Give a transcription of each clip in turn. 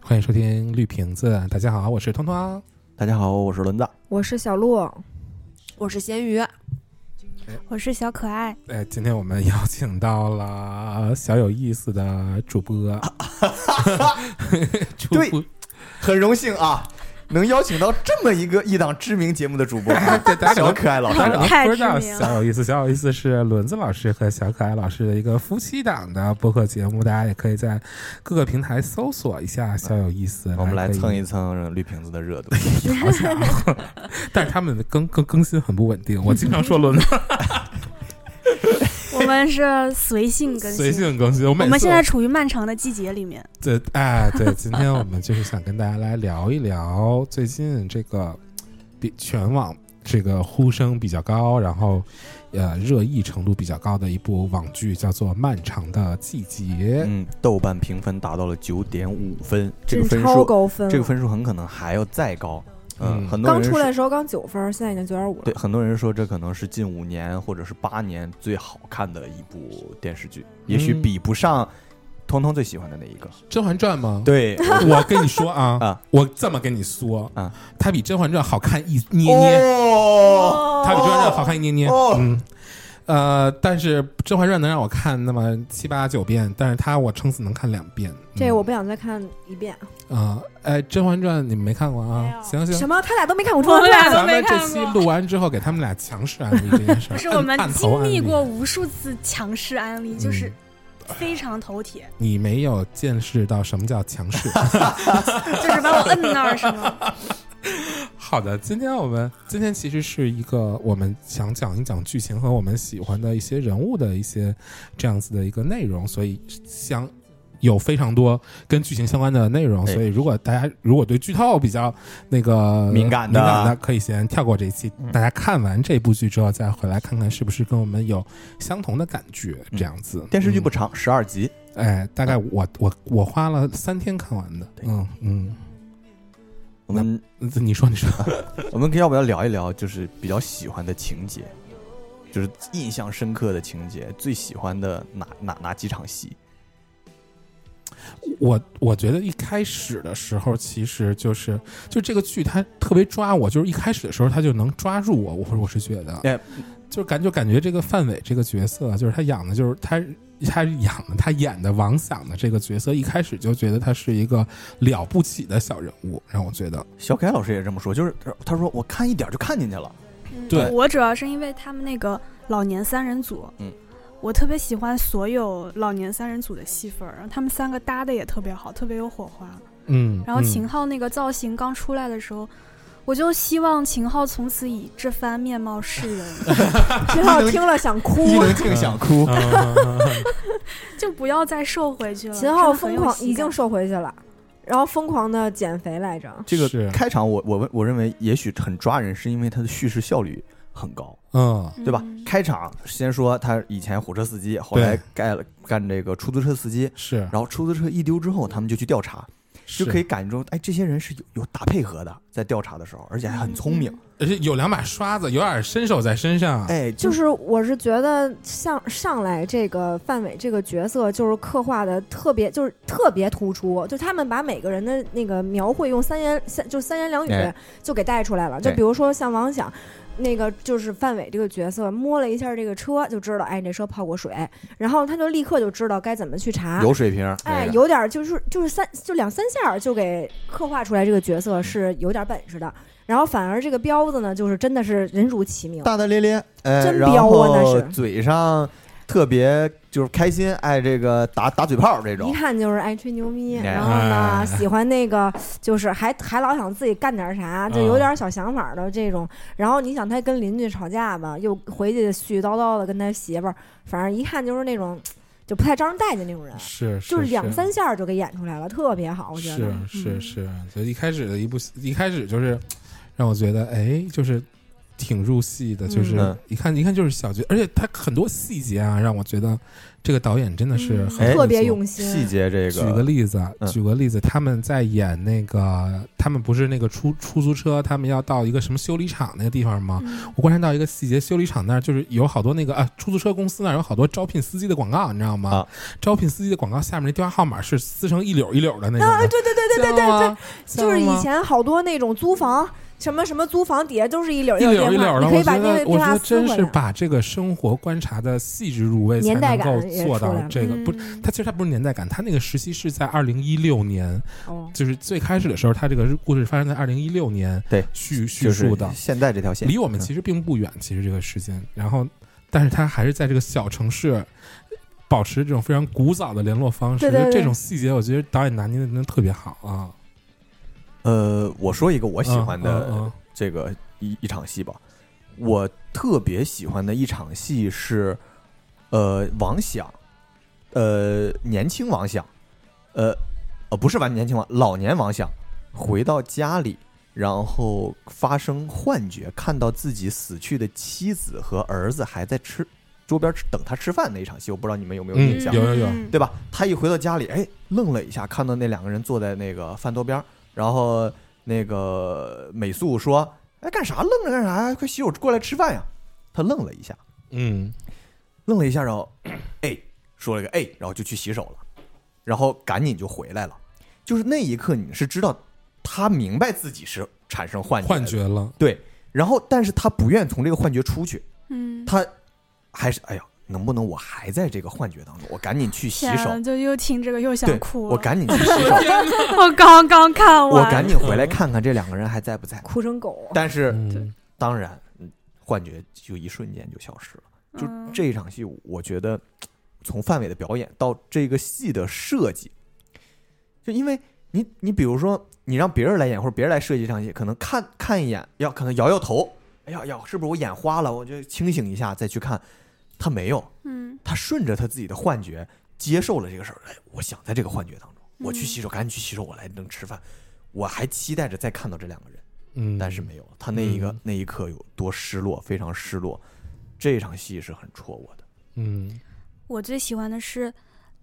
欢迎收听绿瓶子，大家好，我是通啊通。大家好，我是轮子。我是小鹿，我是咸鱼，我是小可爱，哎，今天我们邀请到了 小有意思的主播，主播 很荣幸啊，能邀请到这么一个一档知名节目的主 播，哎大家可能小可爱老师大家可能太不知道知名了小有意思，小有意思是轮子老师和小可爱老师的一个夫妻档的播客节目，大家也可以在各个平台搜索一下小有意思， 我们还来可以 蹭一蹭绿瓶子的热度。调下， 但是他们的更更更新很不稳定，我经常说轮子我们是随性更新。随性更新，我每我次们现在处于漫长的季节里面，对，哎，对，今天我们就是想跟大家来聊一聊最近这个比全网这个呼声比较高，然后呃热议程度比较高的一部网剧，叫做《漫长的季节》。嗯，豆瓣评分达到了九点五分，这真个分超数，高分了。这个分数很可能还要再高。嗯嗯，很多刚人出说来的时候刚九分，现在已经九点五了对。很多人说这可能是近五年或者是八年最好看的一部电视剧，也许嗯比不上通通最喜欢的那一个。 《甄嬛传》吗？对， 我跟你说啊，啊我这么跟你说啊，它比《甄嬛传》好看一捏捏，哦，它比《甄嬛传》好看一捏捏。哦嗯，呃，但是《甄嬛传》能让我看那么七八九遍，但是它我撑死能看两遍。这嗯我不想再看一遍。啊，哎，《甄嬛传》你们没看过没啊？有行什行，么？他俩都没看过《 我们俩咱都没们这看期过。录完之后，给他们俩强势安利这件事儿。不是按我们按头嗯经安历过无数次强势安利，就是非常头铁，你没有见识到什么叫强势。就是把我摁那儿是 吗？好的，今天我们今天其实是一个我们想讲一讲剧情和我们喜欢的一些人物的一些这样子的一个内容，所以想有非常多跟剧情相关的内容，哎所以如果大家如果对剧透比较那个敏感的的可以先跳过这一期，大家看完这部剧之后再回来看看是不是跟我们有相同的感觉，这样子。电视剧嗯不长，十二集。哎，大概我我我花了三天看完的，对嗯嗯，我们你说你说，我们要不要聊一聊，就是比较喜欢的情节，就是印象深刻的情节，最喜欢的哪哪哪几场戏？我我觉得一开始的时候，其实就是就这个剧它特别抓我，就是一开始的时候它就能抓住我，我我是觉得，哎就感就感觉这个范伟这个角色，啊就是他养的，就是他他养的他演的王响的这个角色，一开始就觉得他是一个了不起的小人物，让我觉得小凯老师也这么说，就是他他说我看一点就看进去了，对嗯我主要是因为他们那个老年三人组，嗯我特别喜欢所有老年三人组的戏份儿，然后他们三个搭的也特别好，特别有火花。嗯，然后 秦嗯昊那个造型刚出来的时候，我就希望秦昊从此以这番面貌示人，秦昊听了想哭。伊 能静想嗯哭。啊就不要再瘦回去了。秦昊真的很疯有狂喜已经感瘦回去了，然后疯狂的减肥来着。这是个开场我我我认为也许很抓人，是因为他的叙事效率很高，嗯对吧？嗯开场先说他以前火车司机，后来干了干这个出租车司机，是，然后出租车一丢之后，他们就去调查，是就可以，感觉哎这些人是有有打配合的，在调查的时候，而且还很聪明。而且有两把刷子，有点身手在身上，哎，就是是我是觉得像上来这个范伟这个角色，就是刻画的特别，就是特别突出，就他们把每个人的那个描绘用三言三就三言两哎语就给带出来了。就对比如说像王响。那个就是范伟这个角色摸了一下这个车，就知道，哎，你这车泡过水，然后他就立刻就知道该怎么去查。有水平，啊哎，那个有点儿就是就是三就两三下儿就给刻画出来这个角色是有点本事的，然后反而这个彪子呢，就是真的是人如其名，大大咧咧，呃，真然彪啊那后是嘴上特别就是开心，爱这个打打嘴炮这一种。看就是爱吹牛逼，哎然后呢哎喜欢那个就是还还老想自己干点嗯啥，就有点小想法的这种。然后你想他跟邻居吵架吧，又回去絮絮叨叨的跟他媳妇儿，反正一看就是那种就不太招人待见那种人，是，是就是两三下儿就给演出来了，特别好，我觉得。嗯是是是，所以一开始的一部，一开始就是让我觉得，哎，就是挺入戏的，就是嗯一看一看就是小剧，而且他很多细节啊，让我觉得这个导演真的是嗯很特会别做用心。细节这个，举个例子啊，嗯举个例子，他们在演那个，他们不是那个出出租车，他们要到一个什么修理厂那个地方吗？嗯我观察到一个细节，修理厂那儿就是有好多那个啊，出租车公司那儿有好多招聘司机的广告，你知道吗？啊招聘司机的广告下面那电话号码是撕成一绺一绺的那种的啊，对对对对对像对对，吗就是像吗以前好多那种租房，什么什么租房底下都是一绺一电绺一话，绺的，你可我以把觉那个得我电觉话得撕真回是来。把这个生活观察的细致入微，才年代能感够也做出来到了这个。不是，嗯它其实它不是年代感，它那个时期是在二零一六年，哦就是最开始的时候，它这个故事发生在二零一六年，对叙叙就是述的，现在这条线离我们其实并不远，其实这个时间，然后，但是它还是在这个小城市。保持这种非常古早的联络方式，对对就对这种细节，我觉得导演拿捏的真的特别好啊！呃，我说一个我我喜欢的嗯这个一一场戏吧。我特别喜欢的一场戏是，呃，王想，呃，年轻王想，呃，呃，不是完年轻王，老年王想回到家里，然后发生幻觉，看到自己死去的妻子和儿子还在吃桌边吃等他吃饭那一场戏，我不知道你们有没有印嗯象？有有有，嗯对吧？他一回到家里，哎，愣了一下，看到那两个人坐在那个饭桌边儿，然后那个美素说：“哎，干啥愣着干啥呀？快洗手过来吃饭呀！”他愣了一下，嗯，愣了一下，然后哎说了个哎，然后就去洗手了，然后赶紧就回来了。就是那一刻，你是知道他明白自己是产生幻觉，幻，觉了，对。然后，但是他不愿从这个幻觉出去，嗯，他还是哎呀，能不能我还在这个幻觉当中？我赶紧去洗天手啊，就又听这个又想对哭了。啊我赶紧去洗手。 我刚刚看我完，赶紧回来看看这两个人还在不在。哭成狗，但是嗯，当然，嗯幻觉就一瞬间就消失了。就嗯这一场戏，我觉得从范伟的表演到这个戏的设计，就因为你你比如说你让别人来演或者别人来设计这场戏，可能看看一眼，要可能摇摇头，哎呀呀，是不是我眼花了？我就清醒一下再去看，他没有，嗯他顺着他自己的幻觉接受了这个事儿。哎，我想在这个幻觉当中，我嗯去洗手，赶紧去洗手，我来能吃饭。我还期待着再看到这两个人，嗯，但是没有。他那一个、嗯那一刻有多失落，非常失落。这场戏是很戳我的。嗯，我最喜欢的是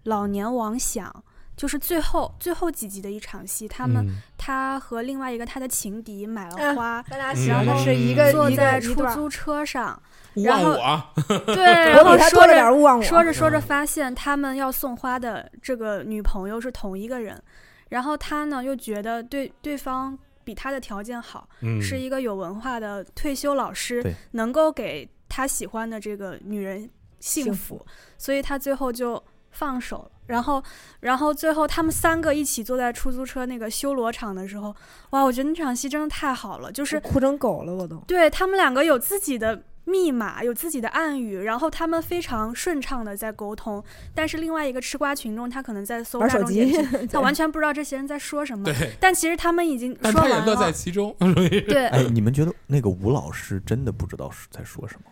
老年王想，就是最后最后几集的一场戏，他们、嗯他和另外一个他的情敌买了嗯花。咱俩喜喜欢欢的的是是一一个个坐一在个出租车上，勿然忘后我啊， 我对，然比后他说多了着点勿忘我。说着说着嗯发现他们要送花的这个女朋友是同一个人，然后他呢又觉得对对方比他的条件好，嗯是一个有文化的退休老师对，能够给他喜欢的这个女人幸幸福，所以他最后就放手了。然后，然后最后他们三个一起坐在出租车那个修罗场的时候，哇，我觉得那场戏真的太好了，就是哭成狗了，我都。对他们两个有自己的密码，有自己的暗语，然后他们非常顺畅的在沟通。但是另外一个吃瓜群众，他可能在搜玩大手众机点 评，， 他完全不知道这些人在说什么。对，但其实他们已经但说他也完乐在了。其中， 对，呃哎，你们觉得那个吴老师真的不知道是在说什么？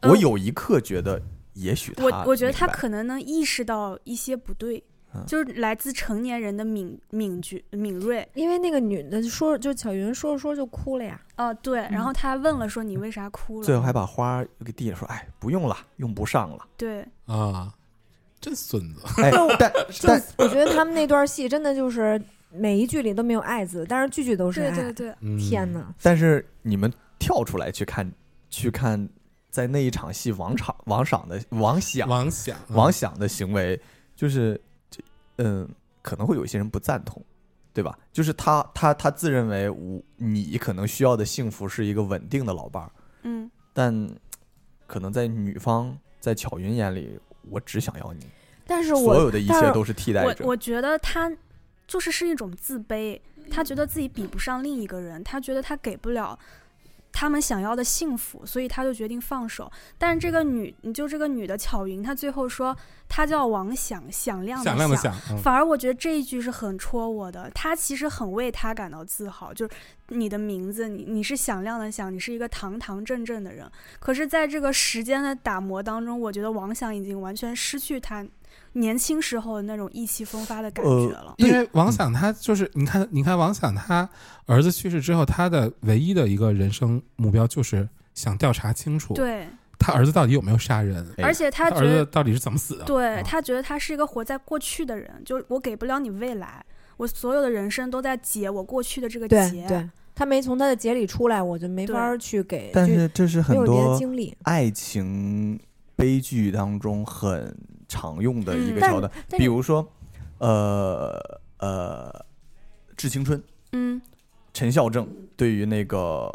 呃我有一刻觉得，也许他我我觉得他明白可能能意识到一些不对，嗯就是来自成年人的敏敏觉敏锐。因为那个女的就说，就巧云说着说着就哭了呀。哦、对，然后他问了说你为啥哭了？最后还把花给递了，说：“哎，不用了，用不上 了。对，啊，真孙子，”哎，但就但是我觉得他们那段戏真的就是每一句里都没有爱字，但是句句都是对爱。对对，嗯天，哪！但是你们跳出来去看，去看，在那一场戏王场王赏的王嗯嗯想王想，王想的行为，就是，这嗯，可能会有一些人不赞同，对吧？就是他他他自认为我你可能需要的幸福是一个稳定的老伴儿，嗯，但可能在女方在巧云眼里，我只想要你，但是所我有的一但切是都是替代我者。我觉得他就是是一种自卑，他觉得自己比不上另一个人，他觉得他给不了他们想要的幸福，所以他就决定放手。但是这个女，你就这个女的巧云，她最后说她叫王响，响亮的响亮的响，嗯反而我觉得这一句是很戳我的，他其实很为他感到自豪，就是你的名字，你你是响亮的响，你是一个堂堂正正的人。可是，在这个时间的打磨当中，我觉得王响已经完全失去他年轻时候的那种意气风发的感觉了。因为王想他就是，你呃看，你看王想他儿子去世之后，他的唯一的一个人生目标就是想调查清楚，对，他儿子到底有没有杀人，哎而且他他觉儿子得，到底是怎么死的？对啊他觉得他是一个活在过去的人，就是我给不了你未来，我所有的人生都在解我过去的这个对结。对，他没从他的结里出来，我就没法儿去给，但就是这是没很有别的多经历。爱情悲剧当中很常用的一个嗯桥段，但比是如说，呃呃，《致青春》嗯，陈孝正对于那个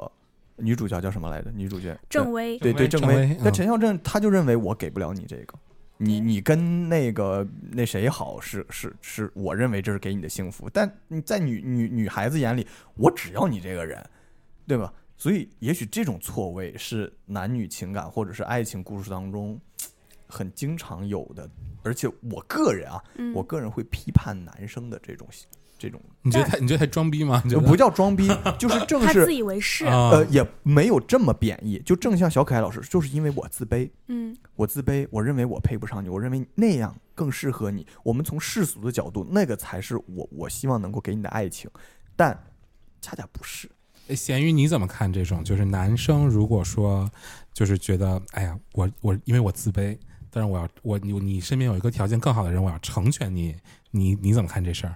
女主角叫什么来着？女主角郑微，对对郑郑薇薇嗯。但陈孝正他就认为我给不了你这个，你你跟那个那谁好是是是，我认为这是给你的幸福，但你在女女女孩子眼里，我只要你这个人，对吧？所以也许这种错位是男女情感或者是爱情故事当中很经常有的，而且我个人啊，嗯，我个人会批判男生的这种这种，你觉得他你觉得他装逼吗？你觉就得不叫装逼，就是正他是自以为是，啊呃，也没有这么贬义，就正像小可爱老师，就是因为我自卑，嗯我自卑，我认为我配不上你，我认为那样更适合你。我们从世俗的角度，那个才是我我希望能够给你的爱情，但恰恰不是。哎咸鱼你怎么看这种？就是男生如果说就是觉得，哎呀，我我因为我自卑，但是我要我你你身边有一个条件更好的人，我要成全你，你你怎么看这事儿？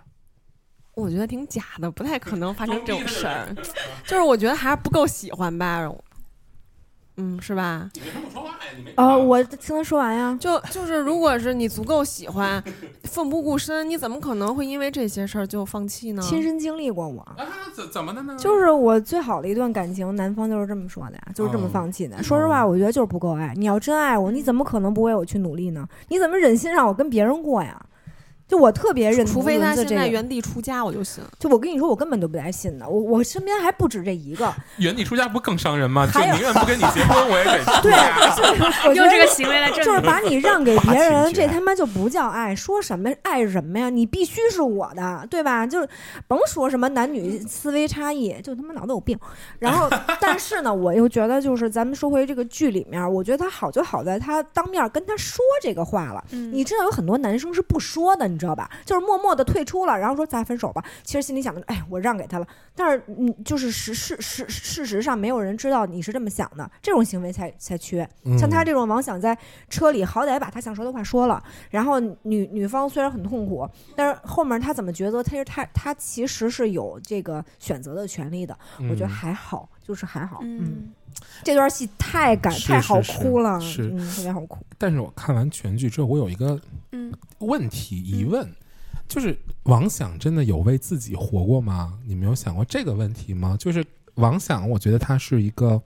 我觉得挺假的，不太可能发生这种事儿。 就是我觉得还是不够喜欢吧，嗯，是吧？哦，我听他说完呀。就就是，如果是你足够喜欢，奋不顾身，你怎么可能会因为这些事儿就放弃嗯呢？亲身经历过我，啊，怎怎么的呢？就是我最好的一段感情，男方就是这么说的呀，就是这么嗯放弃的。说实话，我觉得就是不够爱。你要真爱我，你怎么可能不为我去努力呢？你怎么忍心让我跟别人过呀？就我特别认，除非他现在这个，原地出家，我就信。就我跟你说，我根本就不带信的。我我身边还不止这 一个， 原地出家不更伤人吗？就还有宁愿不跟你结婚，我也 给出对家。我觉用得这个行为来证就是明。把你让给别八人，旗绝这他妈就不叫爱，说什么爱什么呀？你必须是我的，对吧？就是甭说什么男女思维差异，就他妈脑子有病。然后，但是呢，我又觉得就是咱们说回这个剧里面，我觉得他好就好在他当面跟他说这个话了。嗯你知道有很多男生是不说的，你知道吧？就是默默的退出了，然后说咱分手吧。其实心里想的，哎，我让给他了。但是，嗯，就是事事事事实上，没有人知道你是这么想的，这种行为才才缺。嗯像他这种王想在车里好歹把他想说的话说了，然后女女方虽然很痛苦，但是后面他怎么抉择，他是他他其实是有这个选择的权利的，嗯，我觉得还好，就是还好，嗯，嗯，这段戏太感是太好是是哭了，是嗯，特别好哭，但是我看完全剧之后，我有一个嗯问题疑问，就是王想真的有为自己活过吗？你们有想过这个问题吗？就是王想，我觉得他是一个，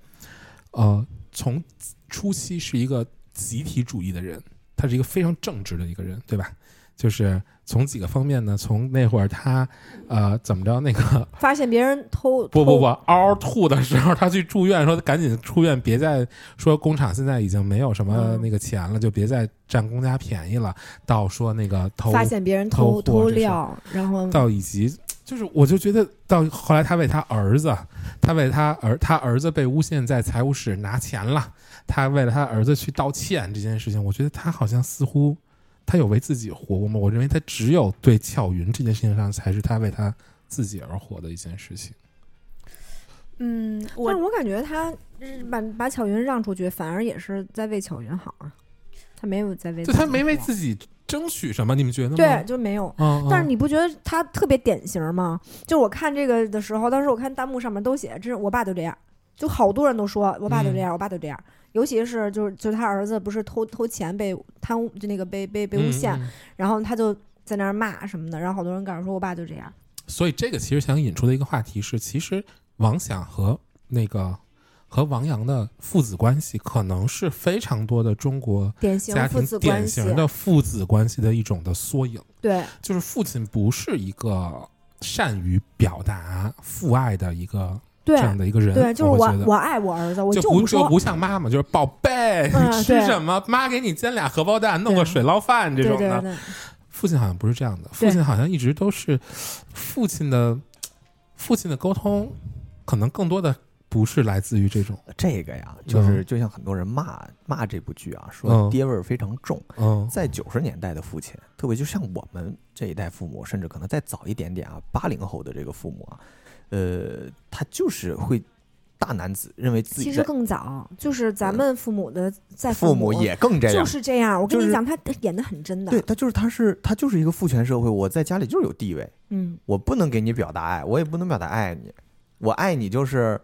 呃，从初期是一个集体主义的人，他是一个非常正直的一个人，对吧？就是从几个方面呢，从那会儿他，呃，怎么着那个发现别人偷不不不，偷嗷吐的时候，他去住院，说赶紧出院，别再说工厂现在已经没有什么嗯那个钱了，就别再占公家便宜了。到说那个偷，发现别人偷偷偷货偷这事料，然后到以及就是，我就觉得到后来，他为他儿子，他为他儿，他儿子被诬陷在财务室拿钱了，他为了他儿子去道歉这件事情，我觉得他好像似乎他有为自己活过吗？我认为他只有对巧云这件事情上，才是他为他自己而活的一件事情。嗯，我但我感觉他嗯把把巧云让出去，反而也是在为巧云好啊，他没有在为就他己没为好自己争取什么，你们觉得吗？对，就没有。嗯，嗯但是你不觉得他特别典型吗？就我看这个的时候，当时我看弹幕上面都写，这是我爸就这样，就好多人都说我嗯爸就这样，我爸就这样。尤其是就是就是他儿子不是偷偷钱被贪污，就那个被被被诬陷，嗯嗯然后他就在那儿骂什么的，然后好多人告诉说我爸就这样。所以这个其实想引出的一个话题是，其实王想和那个和王阳的父子关系，可能是非常多的中国典型家父庭子关典系，型的父子关系的一种的缩影。对就是父亲不是一个善于表达父爱的一个这对样的一个人，对，就是我会我觉得我爱我儿子，我就就不说不像妈妈，就是宝贝，嗯你吃对什么？妈给你煎俩荷包蛋，弄个对水捞饭这对种对的。对，父亲好像不是这样的，对父亲好像一直都是父亲的父亲的沟通，可能更多的不是来自于这种，这个呀，就是就像很多人骂骂这部剧啊，嗯说爹味儿非常重。嗯在九十年代的父亲，特别就像我们这一代父母，甚至可能再早一点点啊，八零后的这个父母啊，呃，他就是会大男子，认为自己其的实更早，就是咱们父母的在父母母也更这就样。是这样。我跟就你是讲，他演的很真的。对他就是他是他就是一个父权社会，我在家里就是有地位，嗯，我不能给你表达爱，我也不能表达爱你，我爱你就是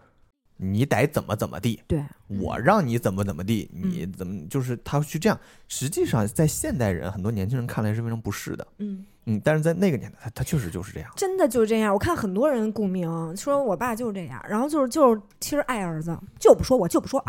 你得怎么怎么地，对，我嗯让你怎么怎么地，你怎么就是他去这样。实际上，在现代人很多年轻人看来是非常不适的，嗯，嗯，但是在那个年代，他他确实就是这样。真的就这样。我看很多人共鸣，说我爸就是这样，然后就是就是其实爱儿子，就不说我就不说，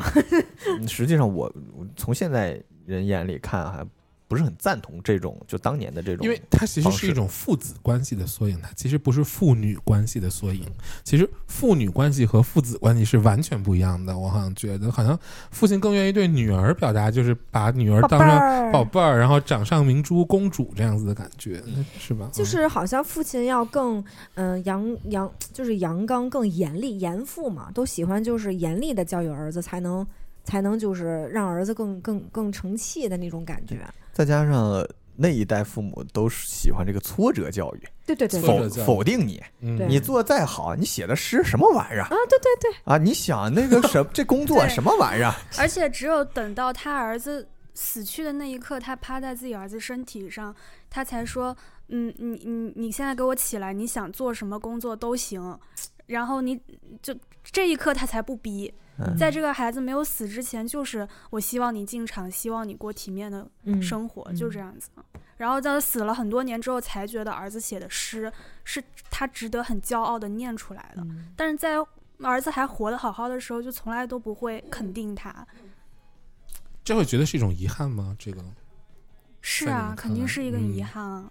嗯实际上我，我从现在人眼里看，还不是很赞同这种就当年的这种，因为它其实方式是一种父子关系的缩影，它其实不是父女关系的缩影。其实父女关系和父子关系是完全不一样的。我好像觉得，好像父亲更愿意对女儿表达，就是把女儿宝贝当嗯成儿，宝贝儿，然后掌上明珠、公主这样子的感觉，是吧？就是好像父亲要更，嗯、阳阳就是阳刚更严厉，严父嘛，都喜欢就是严厉的教育儿子，才能才能就是让儿子更更更成器的那种感觉。再加上那一代父母都是喜欢这个挫折教育，对对对挫否折教育否定你，嗯对你做的再好，你写的诗什么玩意儿啊，对对对，啊？你想那个 什这工作对什么玩意儿？啊而且只有等到他儿子死去的那一刻，他趴在自己儿子身体上，他才说：“嗯，你你你现在给我起来，你想做什么工作都行。”然后你就这一刻他才不逼，嗯在这个孩子没有死之前，就是我希望你进厂，希望你过体面的嗯，生活，嗯就这样子。啊然后在死了很多年之后，才觉得儿子写的诗是他值得很骄傲的念出来的。嗯但是在儿子还活得好好的时候，就从来都不会肯定他。这会觉得是一种遗憾吗？这个是在你啊们，肯看定来是一个遗嗯憾啊。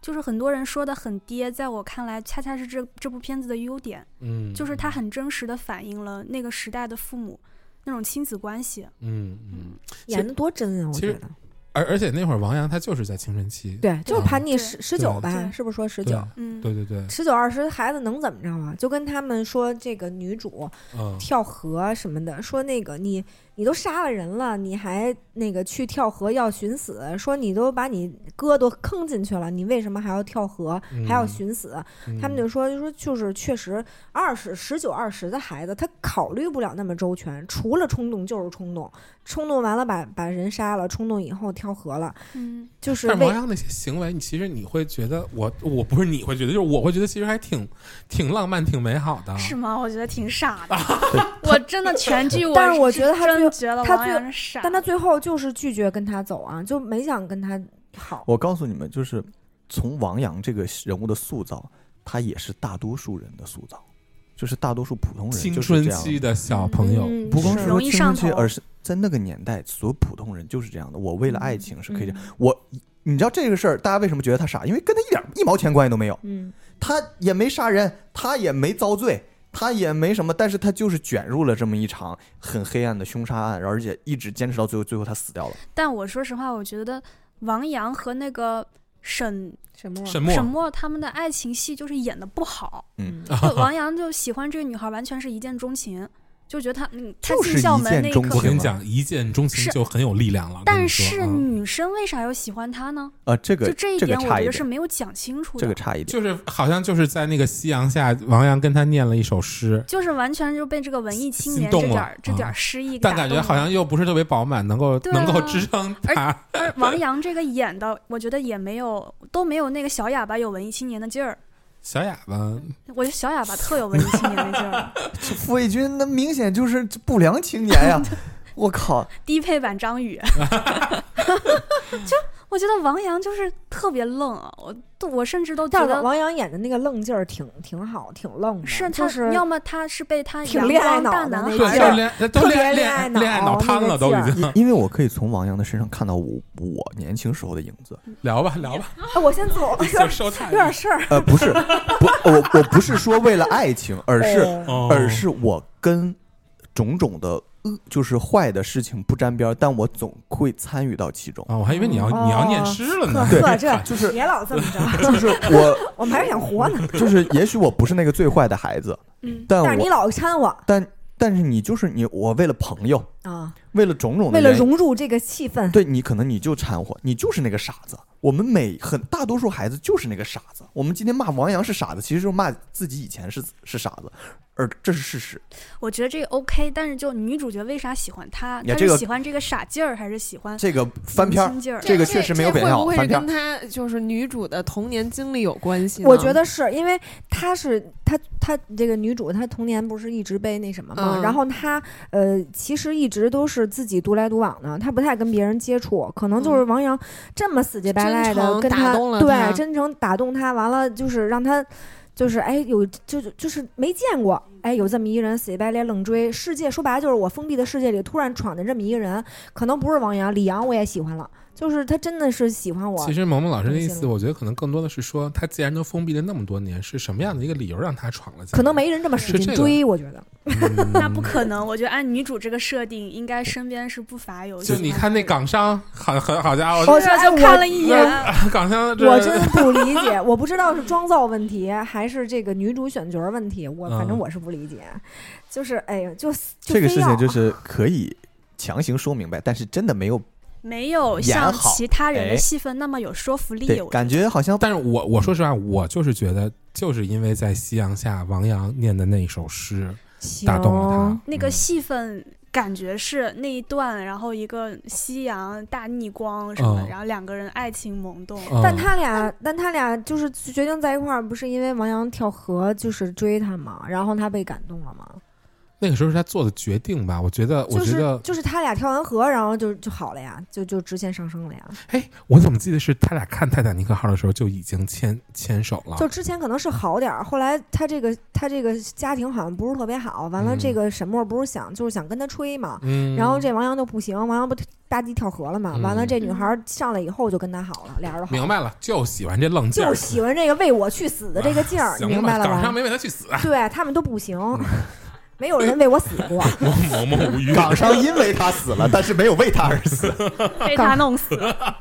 就是很多人说的很爹，在我看来，恰恰是这这部片子的优点，嗯，就是它很真实的反映了那个时代的父母那种亲子关系。嗯嗯，演的多真啊，我其觉实得。而而且那会儿王阳他就是在青春期，对，就是叛逆对十十九啊对吧，对是不是说十对啊九？嗯，对对对，十九二十孩子能怎么着啊？就跟他们说这个女主嗯，跳河啊什么的，说那个你你都杀了人了，你还那个去跳河要寻死，说你都把你哥都坑进去了，你为什么还要跳河，还要嗯寻死？嗯他们就说就说就是确实二十十九二十的孩子，他考虑不了那么周全，除了冲动就是冲动，冲动完了把把人杀了，冲动以后跳河了，嗯，就是但是为王阳那些行为，你其实你会觉得我我不是你会觉得，就是我会觉得其实还挺挺浪漫、挺美好的。是吗？我觉得挺傻 的对。我真的全 剧我，但是我觉得他最真觉得他王最阳是傻。但他最后就是拒绝跟他走啊，就没想跟他好。我告诉你们，就是从王阳这个人物的塑造，他也是大多数人的塑造，就是大多数普通人青就是春这样期的小朋友，嗯不光是是容说易青上春期，头而是在那个年代，所有普通人就是这样的。我为了爱情是可以这样。嗯我，你知道这个事儿，大家为什么觉得他傻？因为跟他一点一毛钱关系都没有，嗯，他也没杀人，他也没遭罪，他也没什么，但是他就是卷入了这么一场很黑暗的凶杀案，而且一直坚持到最后，最后他死掉了。但我说实话，我觉得王阳和那个沈什么沈沈墨墨他们的爱情戏就是演的不好。嗯 就王阳就喜欢这个女孩，完全是一见钟情，就觉得她，嗯，她就是进校一见门那一钟刻我情，跟你讲，一见钟情是就很有力量了。跟但你说是嗯女生为啥要喜欢他呢？呃，这就个这一这个点，我差觉一得是点，没有讲清楚这的个，差一点。就是好像就是在那个夕阳下，王阳跟他念了一首诗，就是完全就被这个文艺青心年动这点了儿这啊点儿诗意但打感觉动好了像又不是特别饱满，能够对啊能够支撑他。 而王阳这个演的，我觉得也没有都没有那个小哑巴有文艺青年的劲儿。小哑巴，我觉得小哑巴特有文艺青年的劲 儿，这傅卫军那明显就是不良青年 呀！我靠，低配版 张宇。 就我觉得王阳就是特别愣啊，我我甚至都觉但得是王阳演的那个愣劲儿挺挺好，挺愣的，是就嗯他，是要么他是被他挺阳恋爱光脑大的男那孩对，劲就儿儿是恋都嗯特别恋恋爱恋恋爱脑脑瘫那了，个都劲已儿经。因为我可以从王阳的身上看到我我年轻时候的影子。聊吧聊吧，哎我先 走了， 有就点收有摊。点事儿。呃，不是，不，我我不是说为了爱情，而是、哦哦而是我跟种种的恶，就是坏的事情不沾边儿，但我总会参与到其中。啊，我还以为你要你要念诗了 呢。哦哎呵呵，这就是别老这么着，就是我，我们还是想活呢。就是也许我不是那个最坏的孩子，嗯但但是你我老掺和但但是你就是你，我为了朋友，啊，为了种种的为了原因融入这个气氛，对你可能你就掺和，你就是那个傻子。我们每很大多数孩子就是那个傻子。我们今天骂王阳是傻子，其实就是骂自己以前是是傻子，而这是事实。我觉得这个 OK，但是就女主角为啥喜欢他？呀她这是个喜欢这个傻劲儿，还是喜欢这个翻篇年儿轻劲儿？这个确实没有这贬会效不会翻是篇跟她就是女主的童年经历有关系呢？我觉得是因为她是她她这个女主，她童年不是一直被那什么嘛，嗯然后她呃其实一直都是自己独来独往的，她不太跟别人接触，可能就是王阳这么死乞白赖嗯真的诚跟打她动了她对真诚打动她，完了就是让她。就是哎，有就是就是没见过，哎，有这么一人死乞白赖愣追，世界说白了就是我封闭的世界里突然闯进这么一个人，可能不是王阳，李阳我也喜欢了，就是他真的是喜欢我，其实萌萌老师的意我思，记了我觉得可能更多的是说，他既然都封闭了那么多年，是什么样的一个理由让他闯了进来？可能没人这么是使劲这个追，我觉得。嗯那不可能，我觉得按女主这个设定，应该身边是不乏有就喜欢你看那港商，好好好家伙，哦我对啊，就看了一眼，港 商这我真不理解，我不知道是妆造问题还是这个女主选角问题，我反正嗯我是不理解。就是哎呀，就就这个非事要啊情就是可以强行说明白，但是真的没有没有演像好其他人哎的戏份那么有说服力。对，我觉得感觉好像但是我我说实话，我就是觉得，就是因为在夕阳下，王阳念的那首诗打动了他行。那个嗯戏份感觉是那一段，然后一个夕阳大逆光什哦么，嗯然后两个人爱情萌 动。嗯但他俩，但他俩就是决定在一块儿，不是因为王阳跳河就是追他嘛，然后他被感动了嘛。那个时候是他做的决定吧？我觉得，我就觉是得，就是他俩跳完河，然后就就好了呀，就就直线上升了呀。哎，我怎么记得是他俩看泰坦尼克号的时候就已经牵牵手了？就之前可能是好点儿，后来他这个他这个家庭好像不是特别好，完了嗯这个沈墨不是想就是想跟他吹嘛，嗯，然后这王阳就不行，王阳不吧唧跳河了嘛？嗯完了，这女孩上来以后就跟他好了，俩人都好了，明白了，就喜欢这愣劲就儿，喜欢这个为我去死的这个劲儿，你行明白了港吧商？没为他嗯去死，啊 对他们都不行， 没有人为我死过。我萌萌无语。港商因为他死了，但是没有为他而死。被他弄死了。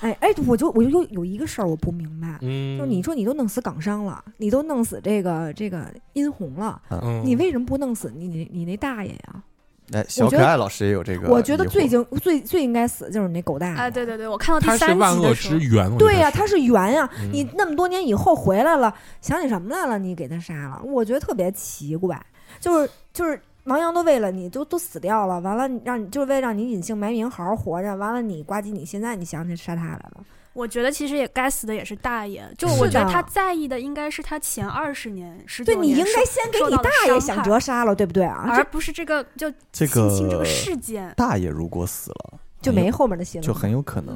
哎哎，我就我就有有一个事儿我不明白，嗯，就是你说你都弄死港商了，你都弄死这个这个殷红了，嗯，你为什么不弄死你你你那大爷呀？哎，小我觉可得爱老师也有这个疑惑，我觉得最应最最应该死就是你那狗大爷啊，对对对，我看到第他是三万集恶的时之候，源，我觉得对呀、他是圆呀、嗯你那么多年以后回来了，想起什么来了？你给他杀了，我觉得特别奇怪，就是就是。王阳都为了你都都死掉了，完了你让你就是为了让你隐姓埋名好好活着，完了你呱唧你现在你想起杀他来了，我觉得其实也该死的也是大爷，就是我觉得的他在意的应该是他前二十年、十对九你应哎年受，该先给受你到了大爷伤想害辙杀了，对不对啊？而不是这个就这性侵这个个事件。大爷如果死了，这就没后面的戏了，就很有可能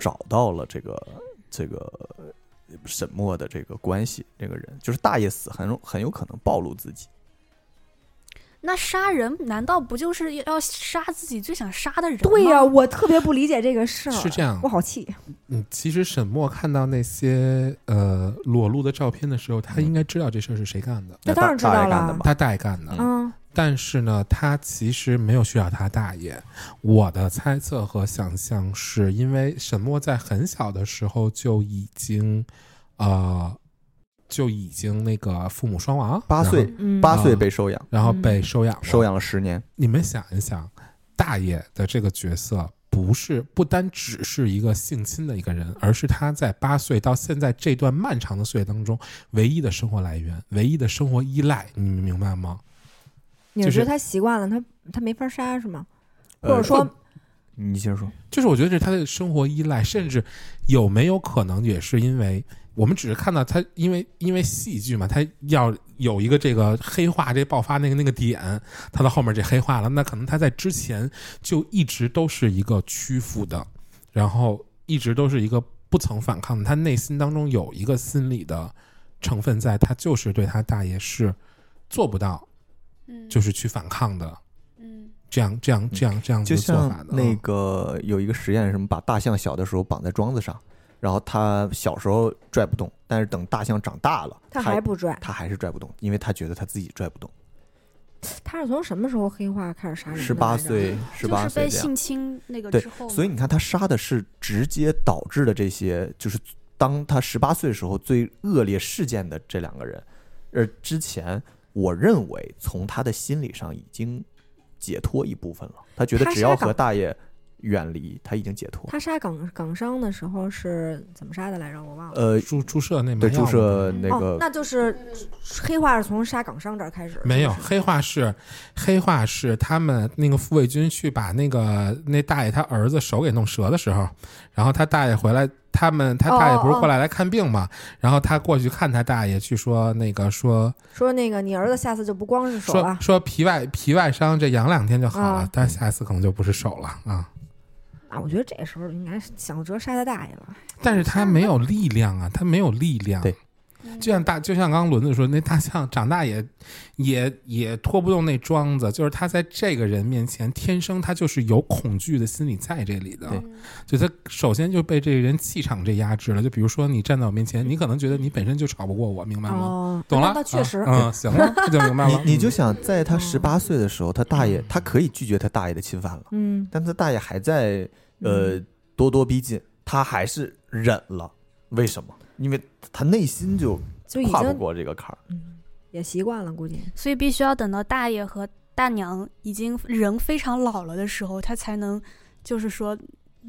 找到了这个这个呃沈墨的这个关系，这个人就是大爷死很有很有可能暴露自己。那杀人难道不就是要杀自己最想杀的人吗？对呀、我特别不理解这个事儿，是这样我好气。嗯，其实沈墨看到那些呃裸露的照片的时候，他应该知道这事儿是谁干的，那那当大然知大道爷干的了嘛，他大爷干的。嗯，但是呢，他其实没有需要他大爷。我的猜测和想象是因为沈墨在很小的时候就已经，呃，就已经那个父母双亡，八岁嗯八岁被收养，然后，然后被收养了，收养了十年，你们想一想，大爷的这个角色不是不单只是一个性侵的一个人，而是他在八岁到现在这段漫长的岁月当中唯一的生活来源、唯一的生活依赖，你们明白吗？你就是是觉得他习惯了，他他没法杀是吗？或呃者说，你接着说，就是我觉得这是他的生活依赖，甚至有没有可能也是因为我们只是看到他，因为因为戏剧嘛，他要有一个这个黑化这爆发那个那个点，他到后面这黑化了，那可能他在之前就一直都是一个屈服的，然后一直都是一个不曾反抗的，他内心当中有一个心理的成分在，他就是对他大爷是做不到，嗯，就是去反抗的，嗯，这样这样这样这样子就的做法像的，啊嗯那个有一个实验，什么把大象小的时候绑在桩子上，然后它小时候拽不动，但是等大象长大了，他它还不拽，它还是拽不动，因为它觉得它自己拽不动。他是从什么时候黑化开始杀人的？十八岁，十就八是岁被这样。性侵那个对之后嘛，所以你看，他杀的是直接导致的这些，就是当他十八岁的时候最恶劣事件的这两个人。而之前，我认为从他的心理上已经解脱一部分了。他觉得他只要杀和港大爷远离，他已经解脱。他杀港港商的时候是怎么杀的来着？我忘了。呃，注注射那麻对，药注吗射那哦个，那就是嗯黑化是从杀港商这儿开始。没有，黑化是黑化是他们那个护卫军去把那个那大爷他儿子手给弄折的时候，然后他大爷回来，他们他哦大爷不是哦过来来看病嘛，然后他过去看他大爷，去说那个说说那个你儿子下次就不光是手说了。说皮外皮外伤这养两天就好了啊，但下次可能就不是手了啊。啊，我觉得这时候应该是想辙杀他大爷了。但是他没有力量啊，他没有力量。对就像大，就像刚刚轮子说，那大象长大也 也也拖不动那桩子，就是他在这个人面前，天生他就是有恐惧的心理在这里的对。就他首先就被这个人气场这压制了。就比如说你站在我面前，你可能觉得你本身就吵不过我，明白吗？嗯哦，懂了，那确实，嗯，嗯行 了，这就明白了。你你就嗯想，在他十八岁的时候，他大爷他可以拒绝他大爷的侵犯了，嗯，但他大爷还在呃咄咄逼近，他还是忍了。为什么？因为他内心就就已跨不经过嗯这个坎儿。也习惯了，估计。所以必须要等到大爷和大娘已经人非常老了的时候，他才能就是说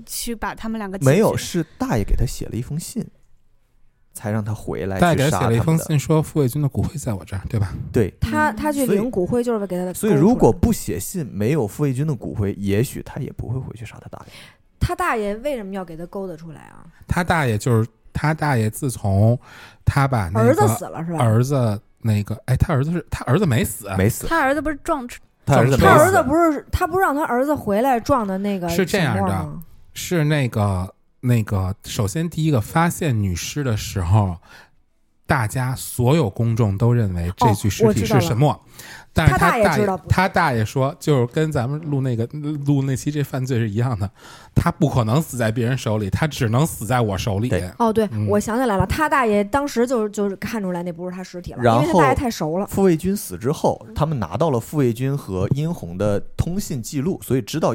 去把他们两个解没有，决是大爷给他写了一封信，才让他回来大爷去给杀他写了一他封们的。信，说傅卫军的骨灰在我这儿，对吧？对，他嗯他去所以领骨灰就是为给他的。所以如果不写信，没有傅卫军的骨灰，也许他也不会回去杀他大爷。他大爷为什么要给他勾搭出来啊？他大爷就是他大爷，自从他把那个儿子死了是吧？儿子那个，哎，他儿子是哎他儿子没死，啊没死，他儿子不是撞车他儿子没他儿死子，不是他不是让他儿子回来撞的那个是这样的沈墨吗是那个那个，首先第一个发现女尸的时候，大家所有公众都认为这具尸哦我体知道是了沈墨，但是他大大爷爷知道不他大爷说，就是跟咱们录那个录那期这犯罪是一样的，他不可能死在别人手里，他只能死在我手里。对哦，对嗯，我想起来了，他大爷当时就就是看出来那不是他尸体了，然因为他大后爷太熟了。傅卫军死之后，他们拿到了傅卫军和殷红的通信记录，所以知道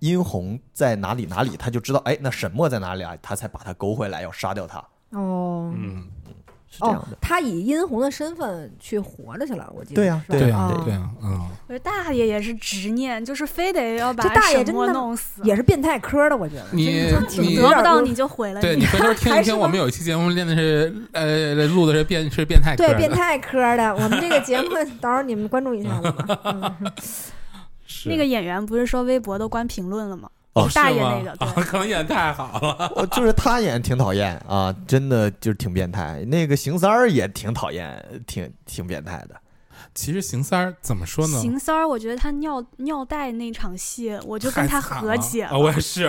殷红在哪里哪里，他就知道哎，那沈墨在哪里啊，他才把他勾回来要杀掉他，哦，嗯，是这样哦的。，他以殷红的身份去活着去了，我记得。对呀是吧对啊，哦对啊，嗯，我觉得大爷也是执念，就是非得要把这大爷沈墨真的弄死，也是变态科的，我觉得。你你得不到你就毁了对你你。回头听一还是听，我们有一期节目练的是呃录的是变是变态科对的，变态科的，我们这个节目到时候你们关注一下 吧。嗯是那个演员不是说微博都关评论了吗？哦大是爷吗那个，对，啊， 可能演得太好了。我就是他演挺讨厌啊，真的就是挺变态。那个邢三儿也挺讨厌，挺挺变态的。其实邢三儿怎么说呢？邢三儿，我觉得他尿尿袋那场戏，我就跟太他惨和了解啊我也是，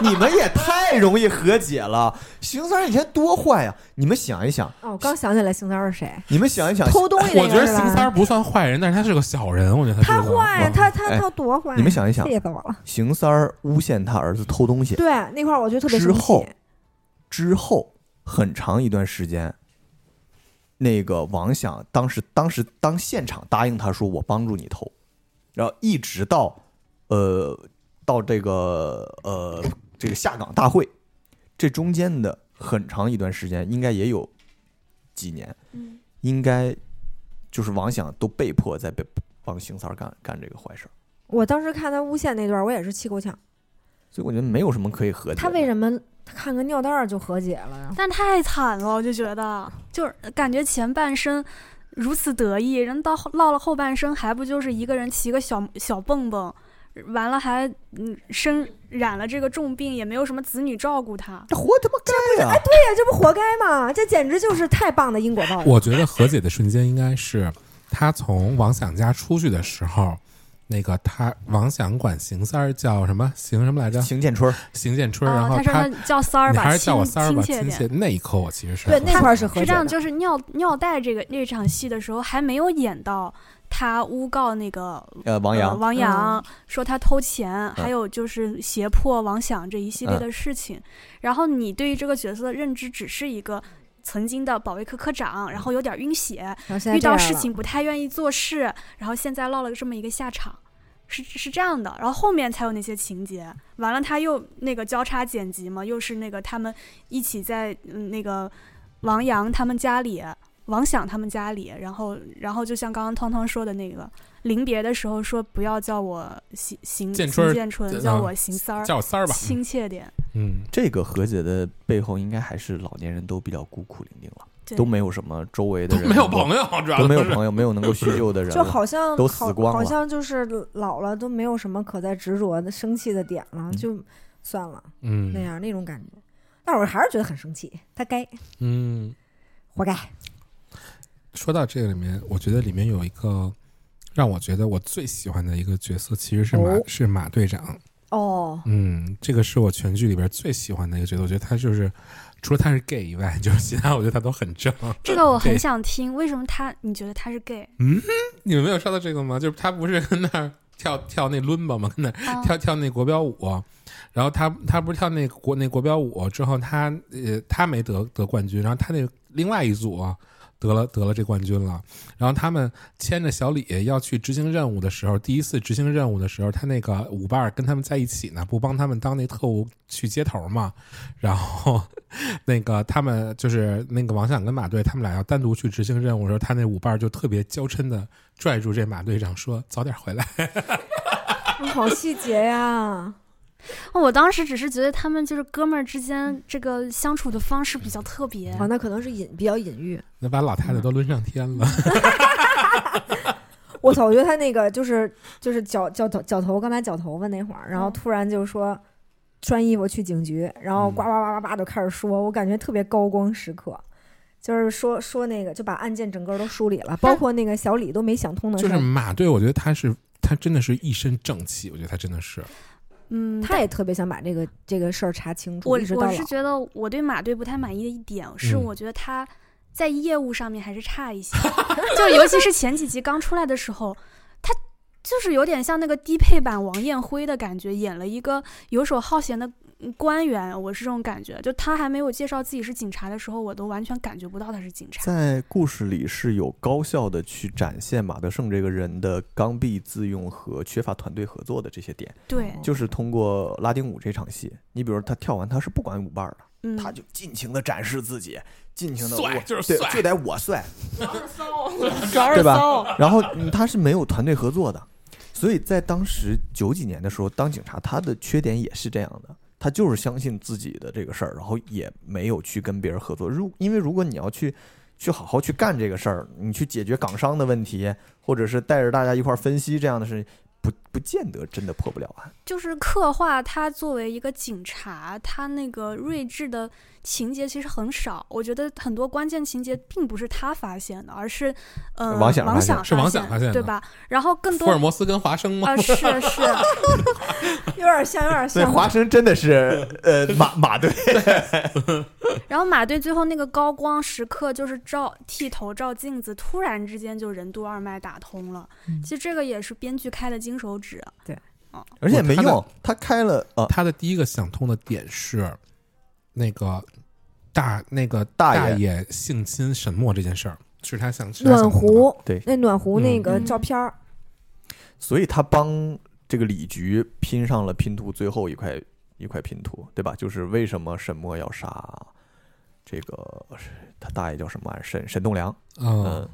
你们也太容易和解了。邢三儿以前多坏呀、你们想一想，哦，我刚想起来邢三儿是谁，你们想一想，偷东西啊 我那觉得个邢是三儿吧？不算坏人，但是他是个小人，我觉得他是个坏，啊嗯他他哎他多坏！啊你们想一想，气死我了。邢三儿诬陷他儿子偷东西对，那块儿我觉得特别之生后气。之后，很长一段时间，那个王想当时当时当现场答应他说我帮助你偷，然后一直到呃到这个呃这个下岗大会，这中间的很长一段时间，应该也有几年，嗯应该就是王想都被迫在被帮邢三儿干干这个坏事儿，我当时看他诬陷那段儿，我也是气够呛。所以我觉得没有什么可以和解的。他为什么看个尿袋儿就和解了呀？但太惨了，我就觉得，就是感觉前半生如此得意，人到后落了后半生，还不就是一个人骑个小小蹦蹦，完了还嗯生染了这个重病，也没有什么子女照顾他。这活他妈该呀、对呀，这不活该吗？这简直就是太棒的因果报应。我觉得和解的瞬间应该是他从王想家出去的时候，那个他王想管邢三儿叫什么邢什么来着？邢建春儿，邢建春，啊然，后他说他叫三儿你吧，还是叫我亲三儿吧，亲切亲点切。。那一刻我其实是对和那解块儿是和是这解样，的。就是尿尿袋这个那场戏的时候，还没有演到他诬告那个呃，王呃阳，嗯王阳、嗯说他偷钱，还有就是胁迫王想这一系列的事情。然后你对于这个角色的认知只是一个。曾经的保卫科科长，然后有点晕血，然后现在遇这到样事了情不太愿意做事，然后现在落了这么一个下场，是是这样的。然后后面才有那些情节，完了他又那个交叉剪辑嘛，又是那个他们一起在嗯那个王阳他们家里，王想他们家里，然后然后就像刚刚汤汤说的那个，临别的时候说不要叫我邢邢建邢春儿建春，啊叫我邢三儿，叫我三儿吧。亲切点。嗯，这个和解的背后，应该还是老年人都比较孤苦伶仃了，对都没有什么周围的都人没有能够朋友，主要都没有是朋友，没有能够叙旧的人就了，好像啊都好死光好了像就是老了都没有什么可再执着的、生气的点嗯了，就算了嗯那样那种感觉。但我还是觉得很生气，他该嗯，活该。说到这个里面，我觉得里面有一个让我觉得我最喜欢的一个角色，其实是马、哦是马队长。哦，嗯，这个是我全剧里边最喜欢的一个角色。我觉得他就是除了他是 gay 以外，就是其他我觉得他都很正。这个 我对很想听，为什么他你觉得他是 gay？ 你们没有刷到这个吗？就是他不是跟那儿跳跳那伦巴吗？跟那儿啊跳跳那国标舞，然后他他不是跳那国那国标舞之后，他呃他没得得冠军，然后他那另外一组啊得了得了这冠军了，然后他们牵着小李要去执行任务的时候，第一次执行任务的时候，他那个舞伴儿跟他们在一起呢，不帮他们当那特务去接头嘛，然后 那个他们就是那个王想跟马队他们俩要单独去执行任务的时候，他那舞伴儿就特别娇嗔的拽住这马队长说：“早点回来。嗯好细节嗯呀！我当时只是觉得他们就是哥们儿之嗯间这个相处的方式比较特别。哦，那可能是隐比较隐喻。”那把老太太都抡上天了。我操，我觉得他那个就是就是绞绞头绞头，刚才绞头发那会儿，然后嗯突然就说穿衣服去警局，然后嗯呱呱呱呱呱就开始说，我感觉特别高光时刻。就是说说那个，就把案件整个都梳理了，包括那个小李都没想通的事就是儿，马队，我觉得他是他真的是一身正气，我觉得他真的是嗯，他也特别想把这个这个事儿查清楚，我一直到我老是。觉得我对马队不太满意的一点是，嗯我觉得他在业务上面还是 差一些，就尤其是前几集刚出来的时候，他就是有点像那个低配版王艳辉的感觉，演了一个游手好闲的嗯官员，我是这种感觉。就他还没有介绍自己是警察的时候，我都完全感觉不到他是警察。在故事里是有高效的去展现马德胜这个人的刚愎自用和缺乏团队合作的这些点，对，嗯就是通过拉丁舞这场戏，你比如他跳完他是不管舞伴儿的，嗯，他就尽情的展示自己，尽情的帅就是帅对，就得我帅，主要对是吧骚， 然后嗯他是没有团队合作的，所以在当时九几年的时候当警察，他的缺点也是这样的，他就是相信自己的这个事儿，然后也没有去跟别人合作。如因为如果你要去去好好去干这个事儿，你去解决港商的问题，或者是带着大家一块儿分析这样的事，不不见得真的破不了案。就是刻画他作为一个警察，他那个睿智的情节其实很少。我觉得很多关键情节并不是他发现的，而是呃王想发现想是王想现发现的对吧？然后更多福尔摩斯跟华生吗？啊、是是，有点像，有 点所以像。华生真的是 呃马马队，然后马队最后那个高光时刻就是照剃头照镜子，突然之间就任督二脉打通了。嗯其实这个也是编剧开的金手指，而且没他的用，他开了呃他的第一个想通的点是那个大那个大大爷爷性侵沈墨这件事儿，是他想是他暖想通的壶，对那暖壶那个嗯照片儿，所以他帮这个李局拼上了拼图最后一块一块拼图，对吧？就是为什么沈墨要杀这个他大爷叫什么玩意儿？沈沈栋梁，嗯嗯，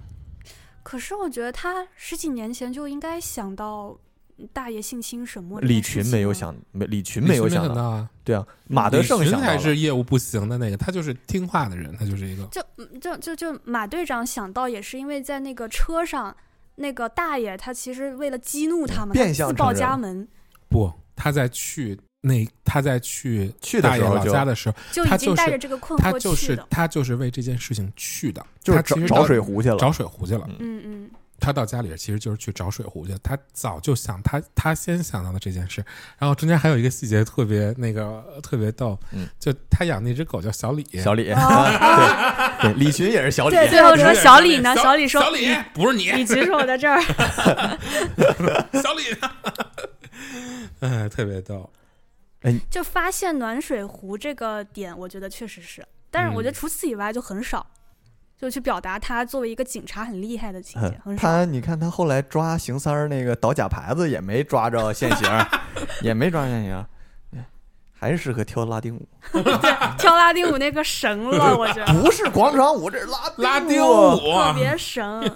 可是我觉得他十几年前就应该想到大爷性侵沈墨这嗯李件事群情没有了想，没李群李没有寻想到，啊，对啊，马德胜李寻想到才了，是业务不行的那个，他就是听话的人，他就是一个就嗯就就就马队长想到也是因为在那个车上，那个大爷他其实为了激怒他们，变他相自报承认家门，不，他在去那他在去去的大时爷候老就家的时候，就他已就经带是着这个困他惑就去是的。他就是为这件事情去的，就是他其找实找水壶去了，找水壶去了。嗯嗯，他到家里其实就是去找水壶去，他早就想他他先想到的这件事，然后中间还有一个细节特别那个呃特别逗，嗯就他养那只狗叫小李，小李，啊对对，李群也是小李，对，最后不是说小李呢，小李说小李不是你，李局说我在这儿，小李呢，哎，特别逗，就发现暖水壶这个点，我觉得确实是，但是我觉得嗯除此以外就很少，就去表达他作为一个警察很厉害的情节，嗯很少。他你看他后来抓邢三儿那个倒假牌子也没抓着现行， 也没抓着现行，哎还是适合跳拉丁舞。跳拉丁舞那个神 了，我觉得哎不是广场舞，这是拉拉丁舞。舞特别神。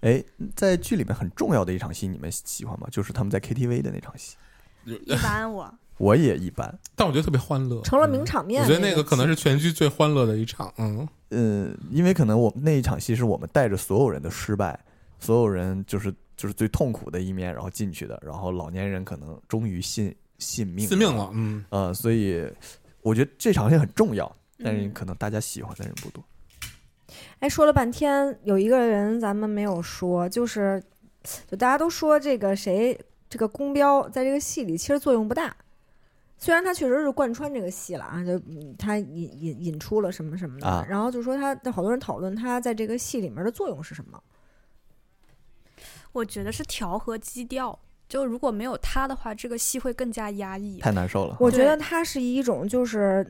哎，在剧里面很重要的一场戏，你们喜欢吗？就是他们在 KTV 的那场戏，一般我我也一般。但我觉得特别欢乐，成了名场面。嗯我觉得那个可能是全剧最欢乐的一场，嗯，嗯，因为可能我那一场戏是我们带着所有人的失败，所有人就是就是最痛苦的一面，然后进去的，然后老年人可能终于信信命，自命了，，嗯，呃，所以我觉得这场戏很重要，但是嗯可能大家喜欢的人不多。哎，说了半天，有一个人咱们没有说，就是就大家都说这个谁，这个宫彪在这个戏里其实作用不大。虽然他确实是贯穿这个戏了啊，就嗯他引引引出了什么什么的，啊然后就说他，好多人讨论他在这个戏里面的作用是什么。我觉得是调和基调，就如果没有他的话，这个戏会更加压抑。太难受了。我觉对得它是一种就是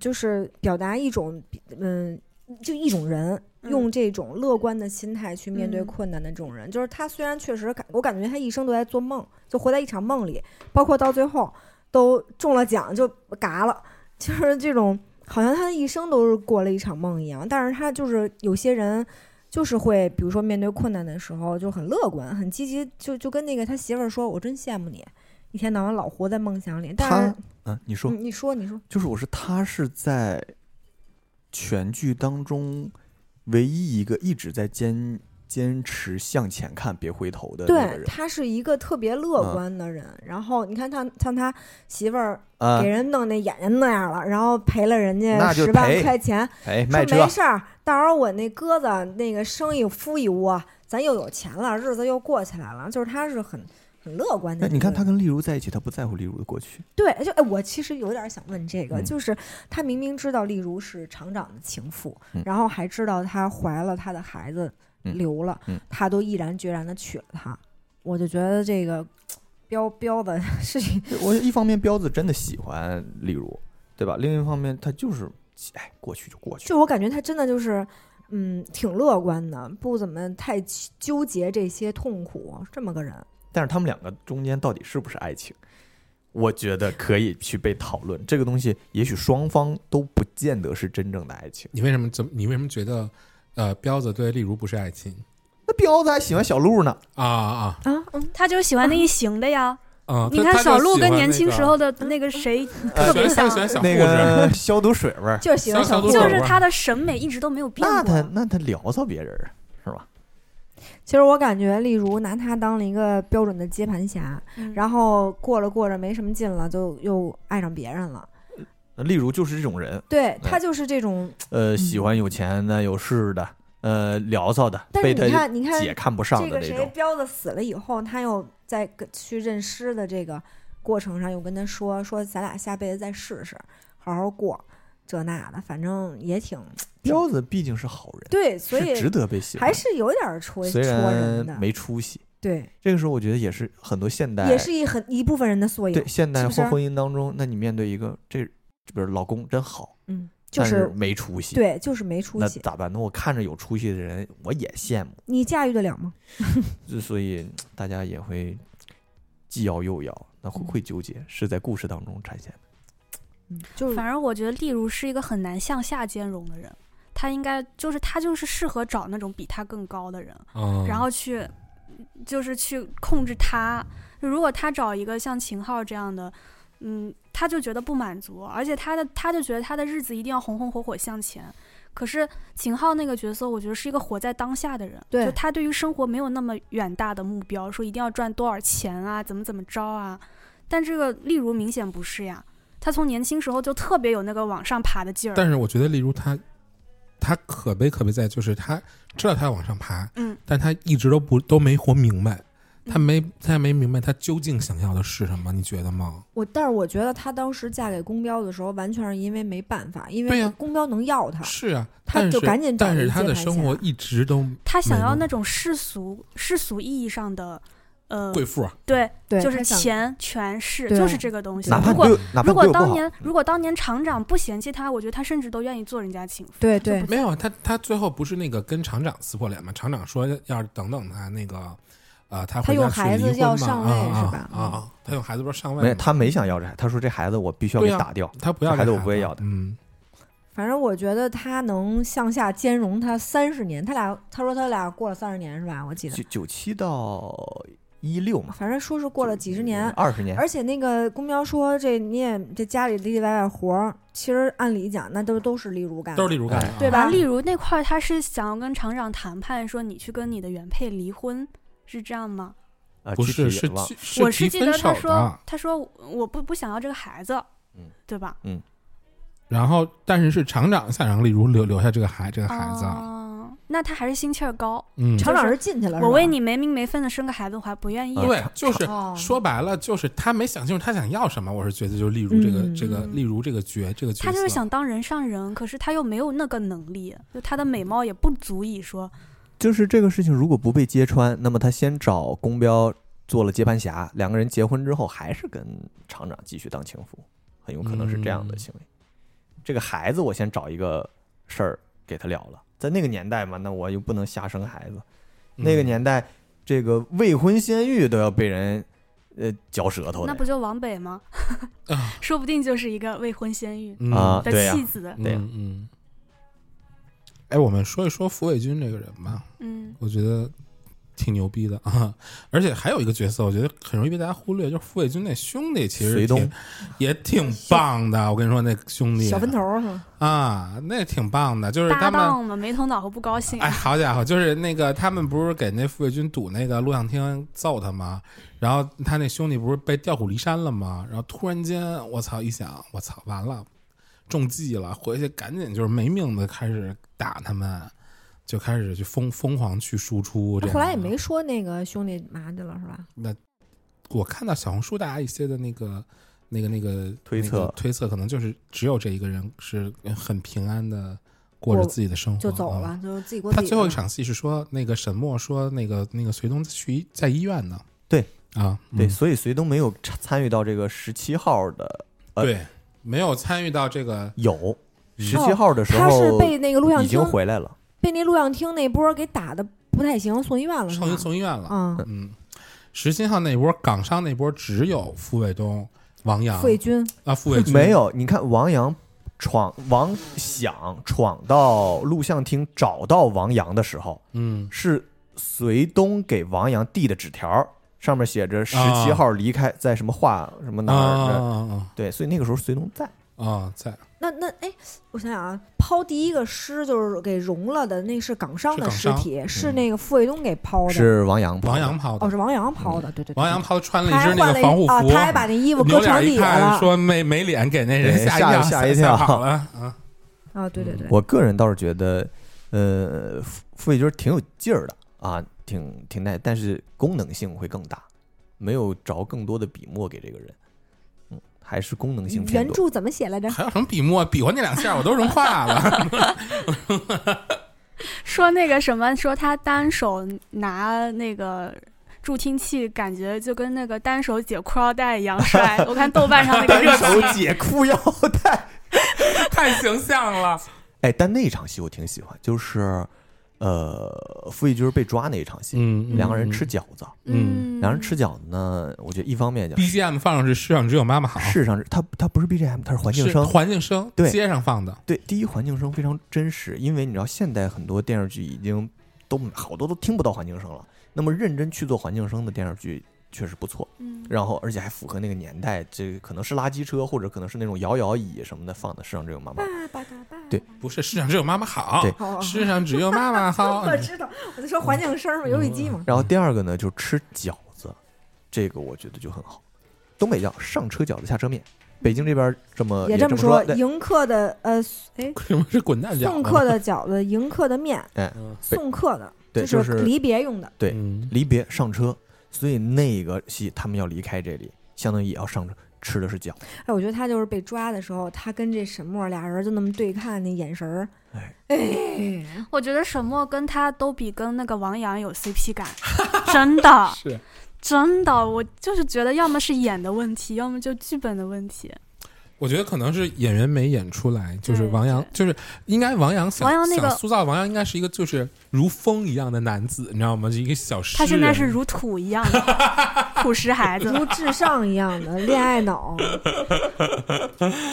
就是表达一种嗯，就一种人。嗯用这种乐观的心态去面对嗯困难的这种人，就是他虽然确实感，我感觉他一生都在做梦，就活在一场梦里，包括到最后都中了奖就嘎了，就是这种好像他的一生都是过了一场梦一样。但是他就是有些人就是会，比如说面对困难的时候就很乐观、很积极，就就跟那个他媳妇儿说：“我真羡慕你，一天到晚老活在梦想里。”但是他嗯，你说，嗯你说，你说，就是我是他是在全剧当中唯一一个一直在坚坚持向前看，别回头的那个对人嗯他是一个特别乐观的人。然后你看他，像他媳妇儿啊给。人弄那眼睛那样了，然后赔了人家那就十万赔块钱，哎，说卖车没事儿，到时候我那鸽子那个生意孵一窝，咱又有钱了，日子又过起来了。就是他是很很乐观那的一个人。你看他跟丽茹在一起，他不在乎丽茹的过去。对，就哎，我其实有点想问这个，嗯就是他明明知道丽茹是厂长的情妇，嗯然后还知道她怀了他的孩子，嗯流了，嗯他都毅然决然的娶了她，我就觉得这个彪彪的 是一我一方面彪子真的喜欢丽茹，对吧？另一方面他就是，哎，过去就过去。就我感觉他真的就是，嗯，挺乐观的，不怎么太纠结这些痛苦，这么个人。但是他们两个中间到底是不是爱情，我觉得可以去被讨论。这个东西也许双方都不见得是真正的爱情。你为什么怎么你为什么觉得呃彪子对丽茹不是爱情那彪子还喜欢小鹿呢，啊啊啊，嗯，，他就喜欢那一型的呀，啊！你他看他就小鹿喜欢跟那年轻个时候的那个谁呃特别喜欢像， 喜欢小护那士，个消毒水味儿 就是喜欢小小鹿鹿小鹿就是他的审美一直都没有变那他过。那他聊骚别人啊是吧？其实我感觉，例如拿他当了一个标准的接盘侠，嗯然后过着过着没什么劲了，就又爱上别人了。那例如就是这种人，对他就是这种，呃，喜欢有钱的、有势的，呃，聊骚的，但被他是你看，你看姐看不上这的个那谁种。彪子死了以后，他又在跟去认尸的这个过程上，又跟他说说咱俩下辈子再试试，好好过这那的，反正也挺彪子毕竟是好人，对，所是值以得被喜欢还，是有点戳戳虽人然的，没出息。对，这个时候，我觉得也是很多现代也是一很一部分人的缩影对，现代是不是或婚姻当中，那你面对一个这，比如老公真好，嗯，就但是没出息，对，就是没出那息，咋办？那我看着有出息的人，我也羡慕，你驾驭得了吗？就所以大家也会既要又要，那会会纠结，是在故事当中展现的。嗯，就是反正我觉得例如是一个很难向下兼容的人，他应该就是他就是适合找那种比他更高的人，嗯，然后去就是去控制他。如果他找一个像秦昊这样的，嗯，他就觉得不满足，而且他的他就觉得他的日子一定要红红火火向前。可是秦昊那个角色，我觉得是一个活在当下的人，对就他对于生活没有那么远大的目标，说一定要赚多少钱啊，怎么怎么着啊。但这个例如明显不是呀，他从年轻时候就特别有那个往上爬的劲儿。但是我觉得例如他，他可悲可悲在就是他知道他要往上爬，嗯，但他一直都不都没活明白，他嗯没他没明白他究竟想要的是什么，你觉得吗？我，但是我觉得她当时嫁给公彪的时候，完全是因为没办法，因对为呀公彪能要她，是啊，他但就是赶紧找但是一他接的盘生活侠一直都嗯他想要没那弄种世俗世俗意义上的，呃，贵妇啊，对，对，就她是想钱权势，对就是这个东西。哪怕如果对，哪怕如果对我不当好嗯年如果当年厂长不嫌弃他，我觉得他甚至都愿意做人家情妇。对对没有啊他他最后不是那个跟厂长撕破脸嘛？厂长说要是等等他那个。呃，他他回家用去孩子离婚要嘛上位啊是啊吧嗯啊啊，他用孩子不是上位没吗他没想要这孩子，他说这孩子我必须要对给啊打掉。他不要这孩这子我不会要的嗯，反正我觉得他能向下兼容他三十年，他俩他说他俩过了三十年是吧？我记得，九九七到一六嘛，反正说是过了几十年，二十年，而且那个公标说这你也这家里里里外外活儿，其实按理讲那都都是例如干的，都是例如干的、啊，嗯对啊，吧？例如那块儿他是想要跟厂长谈判，说你去跟你的原配离婚，是这样吗？啊不具是体是也忘了提我提是记得分手他的说，，他说我不不想要这个孩子，嗯对吧？然后但是是厂长想让例如留留下这个孩这个孩子，啊，哦，那他还是心气儿高。嗯，厂长是进去了，我为你你没名没分的生个孩子，我还不愿意。啊对，就是哦说白了就是他没想清楚他想要什么，我是觉得就例如这个、嗯这个嗯例如这个角这个角色，嗯他就是想当人上人，可是他又没有那个能力，就他的美貌也不足以说就是这个事情如果不被揭穿，那么他先找公标做了接盘侠，两个人结婚之后还是跟厂长继续当情妇，很有可能是这样嗯的行为。这个孩子我先找一个事儿给他了了，在那个年代嘛，那我又不能瞎生孩子。嗯那个年代，这个未婚先育都要被人呃嚼舌头的那不就往北吗？啊说不定就是一个未婚先孕嗯啊，的对呀、妻子。对呀嗯嗯。哎，我们说一说傅卫军这个人吧，嗯，我觉得挺牛逼的啊， 而且还有一个角色，我觉得很容易被大家忽略，就是傅卫军那兄弟，其实隋挺东也挺棒的。我跟你说，那兄弟小分头儿是吗？啊，那挺棒的，就是搭他们。档嘛，没头脑和不高兴。哎，好家伙！就是那个，他们不是给那傅卫军堵那个录像厅揍他吗？然后他那兄弟不是被调虎离山了吗？然后突然间，我操！一想，我操，完了，中计了，回去赶紧就是没命的开始打他们，就开始去疯疯狂去输出。这后来也样啊没说那个兄弟嘛去了是吧？我看到小红书大家一些的那个、那个、那个推测那个推测可能就是只有这一个人是很平安的过着我自己的生活，就走啊了，就自己过自他己的。最后一场戏是说，那个沈墨说，那个那个隋东去医在医院呢。对啊，对，嗯所以隋东没有参参与到这个十七号的呃对，没有参与到这个有嗯十七号的时哦他是候被那个录像已经厅回来了，被那录像厅那波儿给打的不太行，送医院了是吧送？医送医院了。啊，嗯，十七号那波港商那波只有傅卫东、王阳费军啊， 傅卫军没有，你看王阳闯王想闯到录像厅找到王阳的时候，嗯是隋东给王阳递的纸条，上面写着十七号离开，在什么画什么啊哪啊儿的、哦啊对，所以那个时候隋东在，啊啊，在那那哎，我想想啊，抛第一个尸就是给融了的，那是港商是的港尸商体，是那个傅卫东给抛的，是王阳跑的王阳抛哦，的，嗯是王阳抛的，对对对，王阳抛穿了他一还身换那了个一防护啊，服，他还把那衣服扭搁床脸一底下看了说没没脸，给那人对吓哎吓跳，吓吓一跳跑了啊。啊，嗯对对对，我个人倒是觉得，呃，傅傅卫军挺有劲儿的啊，挺挺耐，但是功能性会更大，没有着更多的笔墨给这个人，嗯，还是功能性偏原多。著怎么写来着？还有什么笔墨？比划那两下，我都融化了。 说那个什么，说他单手拿那个。助听器感觉就跟那个单手解裤腰带一样帅，我看豆瓣上那个热手评，解裤腰带。太形象了。 哎，但那一场戏我挺喜欢，就是呃，傅卫军被抓那一场戏，嗯两个人吃饺子，嗯两人吃饺子呢，我觉得一方面讲 BGM 放上去，世上只有妈妈好，世上他他不是 BGM，他是环境是声，环境声，对街上放的，对，第一环境声非常真实，因为你知道现代很多电视剧已经都好多都听不到环境声了。那么认真去做环境声的电视剧确实不错，嗯然后而且还符合那个年代，这个可能是垃圾车或者可能是那种摇摇椅什么的放的，世上只有妈妈。爸爸爸爸，对不是世上只有妈妈好，对好，世上只有妈妈好。哦 我知道，我就说环境声嘛，游戏机嘛，然后第二个呢，就是吃饺子，这个我觉得就很好。东北叫上车饺子下车面，北京这边这么也嗯这这么么说，对迎客的呃，哎，什么是滚蛋饺？送 客的饺子，迎客的面，嗯，对送客的，对，就就是是离别用的，对嗯，离别上车，所以那个戏他们要离开这里，相当于也要上车，吃的是饺子。哎，我觉得他就是被抓的时候，他跟这沈墨俩人就那么对看，那眼神儿，哎哎，我觉得沈墨跟他都比跟那个王阳有 CP 感，真的是。真的，我就是觉得要么是演的问题，要么就剧本的问题。我觉得可能是演员没演出来，就是嗯对王阳对，就是应该王阳想王阳那个想塑造王阳应该是一个就是如风一样的男子，你知道吗？就一个小诗人。他现在是如土一 样的朴实孩子， 如智障一样的恋爱脑，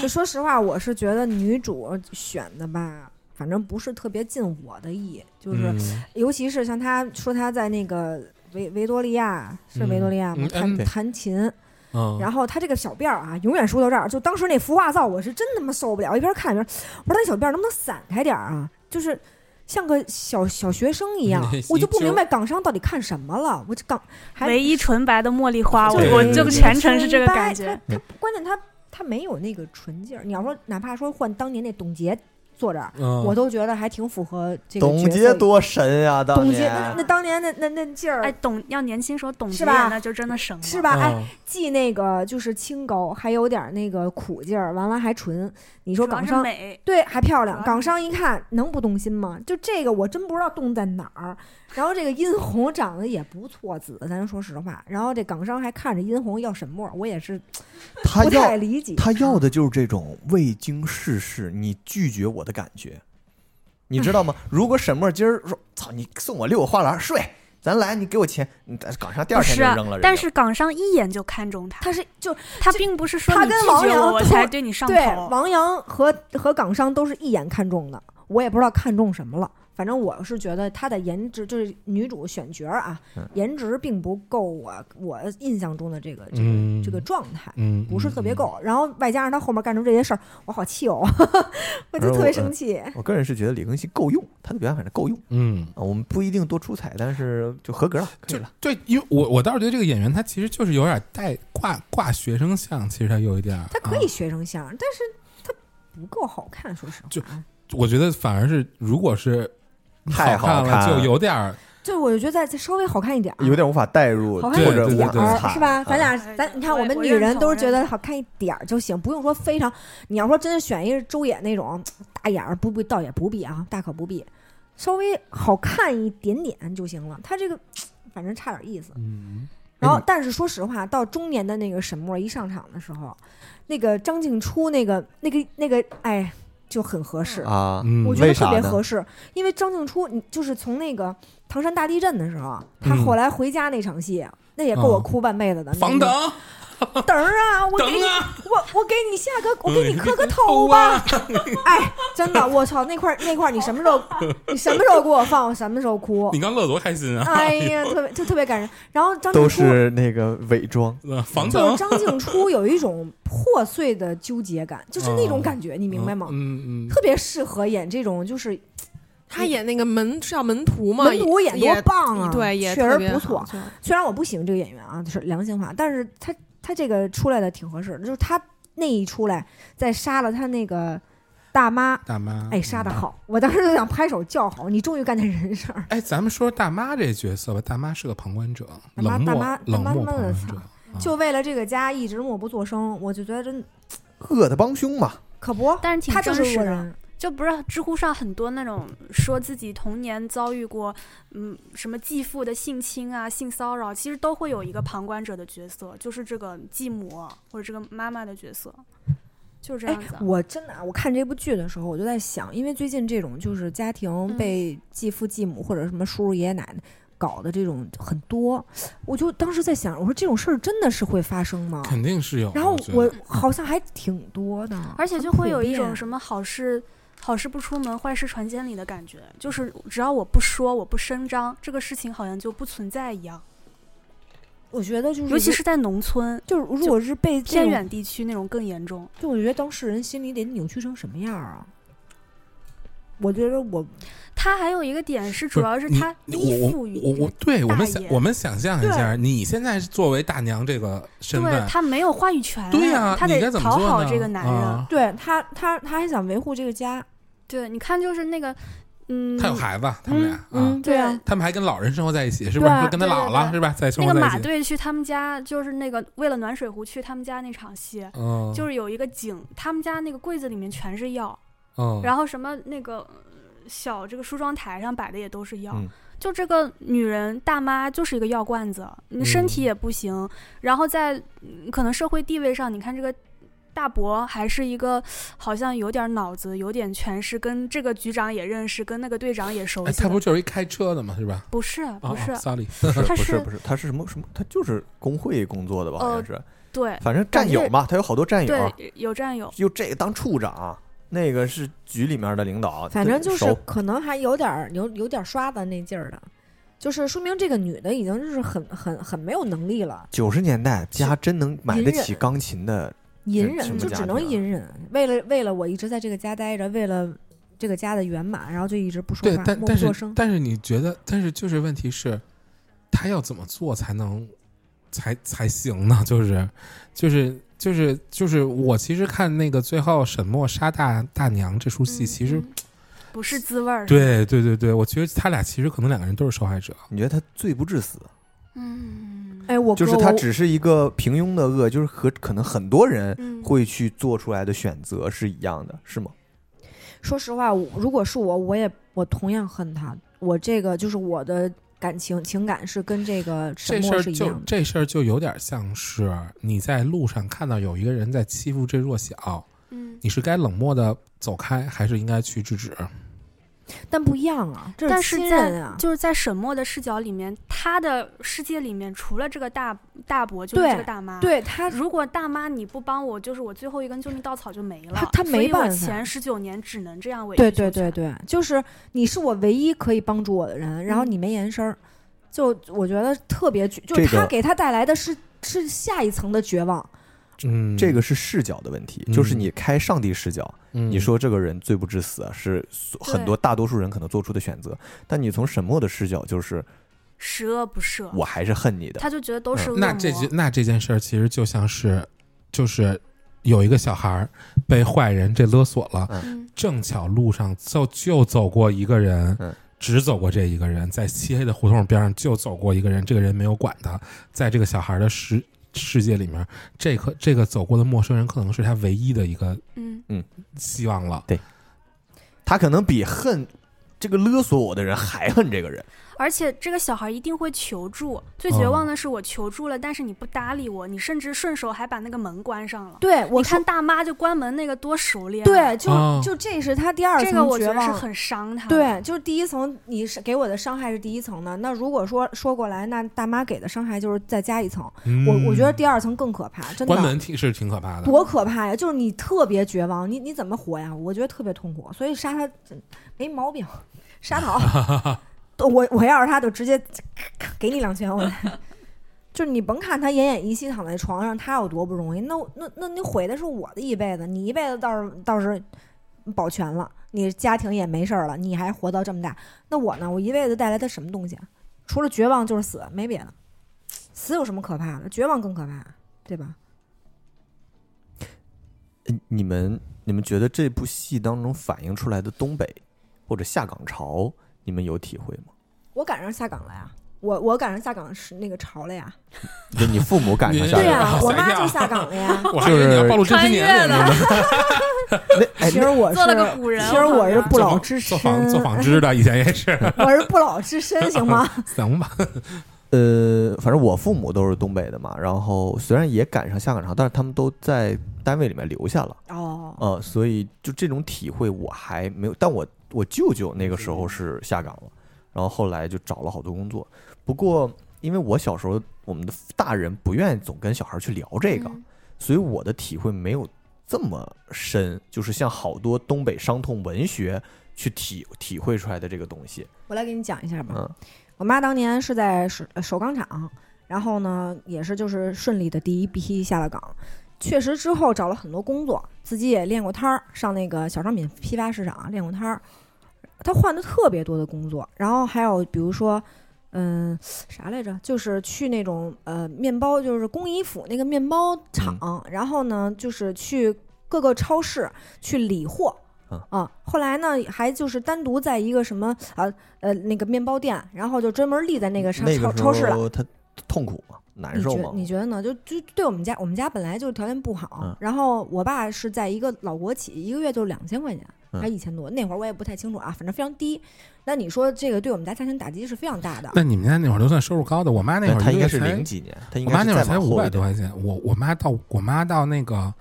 就说实话，我是觉得女主选的吧，反正不是特别尽我的意，就是、嗯尤其是像她说她在那个维维多利亚是维多利亚嗯？吗嗯弹对弹琴，嗯，然后她这个小辫儿啊，永远梳到这儿，就当时那服化皂，我是真他妈受不了，一边看一边，我说她那小辫儿能不能散开点儿啊？就是。像个小小学生一 样你，我就不就明白港商到底看什么了。我这港还唯一纯白的茉 莉花，我对我对就对全程是这个感觉。他他关键他他没有那个纯劲儿。你要说哪怕说换当年那董洁坐这儿，嗯我都觉得还挺符合这个董角洁色多神呀、当董洁年啊那那当年那那那劲儿哎，。董要年轻时候董是洁吧演的就真的神了，是吧？哎，嗯既那个就是清高，还有点那个苦劲儿，完了还纯。你说主要港是商美，对还漂亮主，要是港商一看能不动心吗？就这个我真不知道动在哪儿。然后这个殷红长得也不错，紫，咱说实话。然后这港商还看着殷红要什么，我也是他不太要理解。他要的就是这种未经世事你拒绝我的感觉，你知 道吗？如果沈墨今儿说操你送我六个花篮睡，咱来你给我钱，你赶上第二不天是就啊扔了人家。但是港商一眼就看中他，他是就他这并不是说他你跟拒王绝阳我我都才对你上对，头。王阳和和港商都是一眼看中的，我也不知道看中什么了。反正我是觉得她的颜值，就是女主选角儿啊，嗯颜值并不够我我印象中的这个这个、嗯这个状态，嗯不是特别。嗯够。然后外加上她后面干出这些事儿，我好气哦， 我就特别生啊气。我个人是觉得李庚希够用，他的表演反正够用嗯，啊，我们不一定多出彩，但是就合格了，可以就了。对，因为我我倒是觉得这个演员他其实就是有点带挂挂学生相，其实他有一点儿。她可以啊，学成像，但是她不够好看，说实话。啊就我觉得反而是如果是太好好看了，了就有点儿就我就觉得再再稍微好看一点儿，有点无法代入，好或看一者对无对法对儿看是吧？咱俩啊咱你看，我我们我女认人同都是觉认得同好看一点儿就行，不用说非常。你要说真是选一个周也那种大眼儿，不不倒也不必啊，大可不必，稍微好看一点点就行了。他这个反正差点意思。嗯然后，但是说实话，到中年的那个沈墨一上场的时候，那个张静初那个那个那个，哎，就很合适。啊。嗯，我觉得为特啥别呢合适，因为张静初，你就是从那个唐山大地震的时候，他嗯后来回家那场戏，那也够我哭半辈子的。房那等个等儿啊，我给等你，啊，我我给你下个，我给嗯你磕个头 头吧。哎，真的，我操，那块儿那块儿，你什么 时候你什么时候给我放，我什么时候哭你。刚乐多开心啊！哎 呀，特别就特别感人。然后张都静初是那个伪装，嗯房就等是张静初有一种破碎的纠结感，就是那种嗯感觉，你明白吗？嗯嗯嗯，特别适合演这种就是他演那个门是叫门徒吗？门徒演多也棒啊！对，也确特实别不错啊好。就虽然我不喜欢这个演员啊，就是良心话，但是他他这个出来的挺合适的，就是他那一出来，在杀了他那个大妈，大妈，嗯哎，杀的好，我当时就想拍手叫好，你终于干点人事啊儿。哎，咱们说大妈这角色吧，大妈是个旁观者，大妈冷漠大妈冷漠旁大妈们观的者操，就为了这个家一直默不作声，我就觉得真恶的帮凶嘛。可不，但是挺他就真是实恶的，人，就不是知乎上很多那种说自己童年遭遇过，嗯，什么继父的性侵啊、性骚扰，其实都会有一个旁观者的角色，就是这个继母或者这个妈妈的角色，就是这哎样子啊。，我真的啊，我看这部剧的时候，我就在想，因为最近这种就是家庭嗯被继父、继母或者什么叔叔、爷爷奶奶搞的这种很多，我就当时在想，我说这种事儿真的是会发生吗？肯定是有。然后觉得我好像还挺多的，而且就很会有普一种遍什么好事好事不出门，坏事传千里的感觉，就是只要我不说，我不声张，这个事情好像就不存在一样。我觉得就是尤其如是在农村、就是如果是被这偏种，远地区那种更严重。就我觉得当事人心里得扭曲成什么样儿啊？我觉得我他还有一个点是，不主要是你他你依我附我于我我对我们想爷我们想象一下，你现在是作为大娘这个身对份，他没有话语权，对呀，他你得该怎么讨做好呢这个男人。啊对他他他还想维护这个家，对，你看就是那个，嗯，他有孩子，他们俩啊嗯，，对啊，他们还跟老人生活在一起，是不对是？啊会跟他对对姥姥对是吧，在生那活个在马一起。队去他们家，就是那个为了暖水壶去他们家那场戏，嗯，就是有一个井，他们家那个柜子里面全是药，嗯，然后什么那个呃小这个梳妆台上摆的也都是药，嗯就这个女人大妈就是一个药罐子，你身体也不行，然后在嗯可能社会地位上，你看这个大伯还是一个好像有点脑子、有点权势，跟这个局长也认识，跟那个队长也熟哎，悉他的。不就是一开车的吗？是吧？不是不是啊、，，sorry， 是他不是是不是，他是什么什么？他就是工会工作的吧？好像呃是，对哎反正战友嘛，他有好多哦战友，对，有战友。就这个当处长，那个是局里面的领导，反正就是熟可能还有点儿有有点儿刷的那劲儿的，就是说明这个女的已经就是很很很没有能力了，九十年代家真能买得隐起忍钢琴的，隐这什忍么就家只庭能啊隐忍。为了为了我一直在这个家待着，为了这个家的圆满，然后就一直不说对，话，但默但不作是声。但是你觉得，但是就是问题是，他要怎么做才能才才行呢？就是就是就是就是我其实看那个最后沈墨杀大大娘这出戏，嗯其实嗯不是滋味儿。，对对对对，我觉得他俩其实可能两个人都是受害者。你觉得他罪不至死，嗯，哎，我就是哥他我只是一个平庸的恶，就是和可能很多人嗯会去做出来的选择是一样的，是吗？说实话，我如果是我，我也我同样恨他。我这个就是我的感情情感是跟这个沈这事墨儿是一就样的。这事儿就有点像是你在路上看到有一个人在欺负这弱小，嗯，你是该冷漠的走开，还是应该去制止？但不一样啊，这但是亲在人啊，就是在沈墨的视角里面，他的世界里面除了这个大大伯，就是对这个大妈。，对他如果大妈你不帮我，就是我最后一根救命稻草就没了。他他没所以我办法前十九年只能这样委曲对求对对全，对，就是你是我唯一可以帮助我的人，嗯然后你没言声儿，就我觉得特别绝，就这是他个给他带来的是是下一层的绝望。嗯，这个是视角的问题，就是嗯你开上帝视角，嗯你说这个人罪不至死啊是所很多大多数人可能做出的选择，但你从沈墨的视角就是十恶不赦。我还是恨你的，他就觉得都嗯是恶魔。那这件那这件事儿其实就像是，就是有一个小孩儿被坏人这勒索了，嗯正巧路上就就走过一个人，嗯只走过这一个人，在漆黑的胡同边上就走过一个人，这个人没有管他，在这个小孩儿的世世界里面，这可这个走过的陌生人可能是他唯一的一个嗯，希望了。他可能比恨这个勒索我的人还恨这个人。而且这个小孩一定会求助。最绝哦望的是，我求助了，但是你不搭理我，你甚至顺手还把那个门关上了。对，我你看看大妈就关门那个多熟练啊。对，就、哦就这是他第二这个层我觉绝得是望。很伤他。，对，就是第一层，你是给我的伤害是第一层的。那如果说说过来，那大妈给的伤害就是再加一层。我我觉得第二层更可怕，真嗯的。关门挺是挺可怕的。多可怕呀！就是你特别绝望，你你怎么活呀？我觉得特别痛苦，所以杀他真没毛病，杀他啊。我我要是他，就直接给你两拳。我 就是你甭看他奄奄一息躺在床上，他有多不容易。那我那那你毁的是我的一辈子，你一辈子倒是倒是保全了，你家庭也没事儿了，你还活到这么大。那我呢？我一辈子带来的什么东西啊？除了绝望就是死，没别的。死有什么可怕的？绝望更可怕，对吧？嗯你们你们觉得这部戏当中反映出来的东北或者下岗潮，你们有体会吗？我赶上下岗了呀，我我赶上下岗是那个潮了呀，就你父母赶上下对对岗呀、啊了，吓我一妈跳就下岗了呀。我还以为你要就是暴露真实穿年越龄了呢。那哎其实我做了个 是，啊古啊人。其实我是不做老纺之做身，纺做纺织的，以前也 是，我是不老之身，行吗？行吧？那呃，反正我父母都是东北的嘛，然后虽然也赶上下岗潮，但是他们都在单位里面留下了，哦，呃，所以就这种体会我还没有，但我我舅舅那个时候是下岗了，然后后来就找了好多工作，不过因为我小时候我们的大人不愿意总跟小孩去聊这个，嗯所以我的体会没有这么深，就是像好多东北伤痛文学去体体会出来的这个东西。我来给你讲一下吧。嗯我妈当年是在首呃首钢厂，然后呢，也是就是顺利的第一批下了岗，确实之后找了很多工作，自己也练过摊儿，上那个小商品批发市场啊练过摊儿。她换的特别多的工作，然后还有比如说，嗯，啥来着？就是去那种呃面包，就是工艺府那个面包嗯厂，嗯然后呢，就是去各个超市去理货。嗯啊，后来呢，还就是单独在一个什么啊呃那个面包店，然后就专门立在那个超那超个时超市了。候他痛苦吗？难你受觉吗？你觉得呢？就就对我们家，我们家本来就条件不好，嗯然后我爸是在一个老国企，一个月就两千块钱，嗯还一千多，那会儿我也不太清楚啊，反正非常低。那你说这个对我们家家庭打击是非常大的。那你们家那会儿都算收入高的，我妈那会儿他应该一个是才零几年，他应我该妈是那会儿再才往五后百一多点。块钱，我我妈到我妈到那个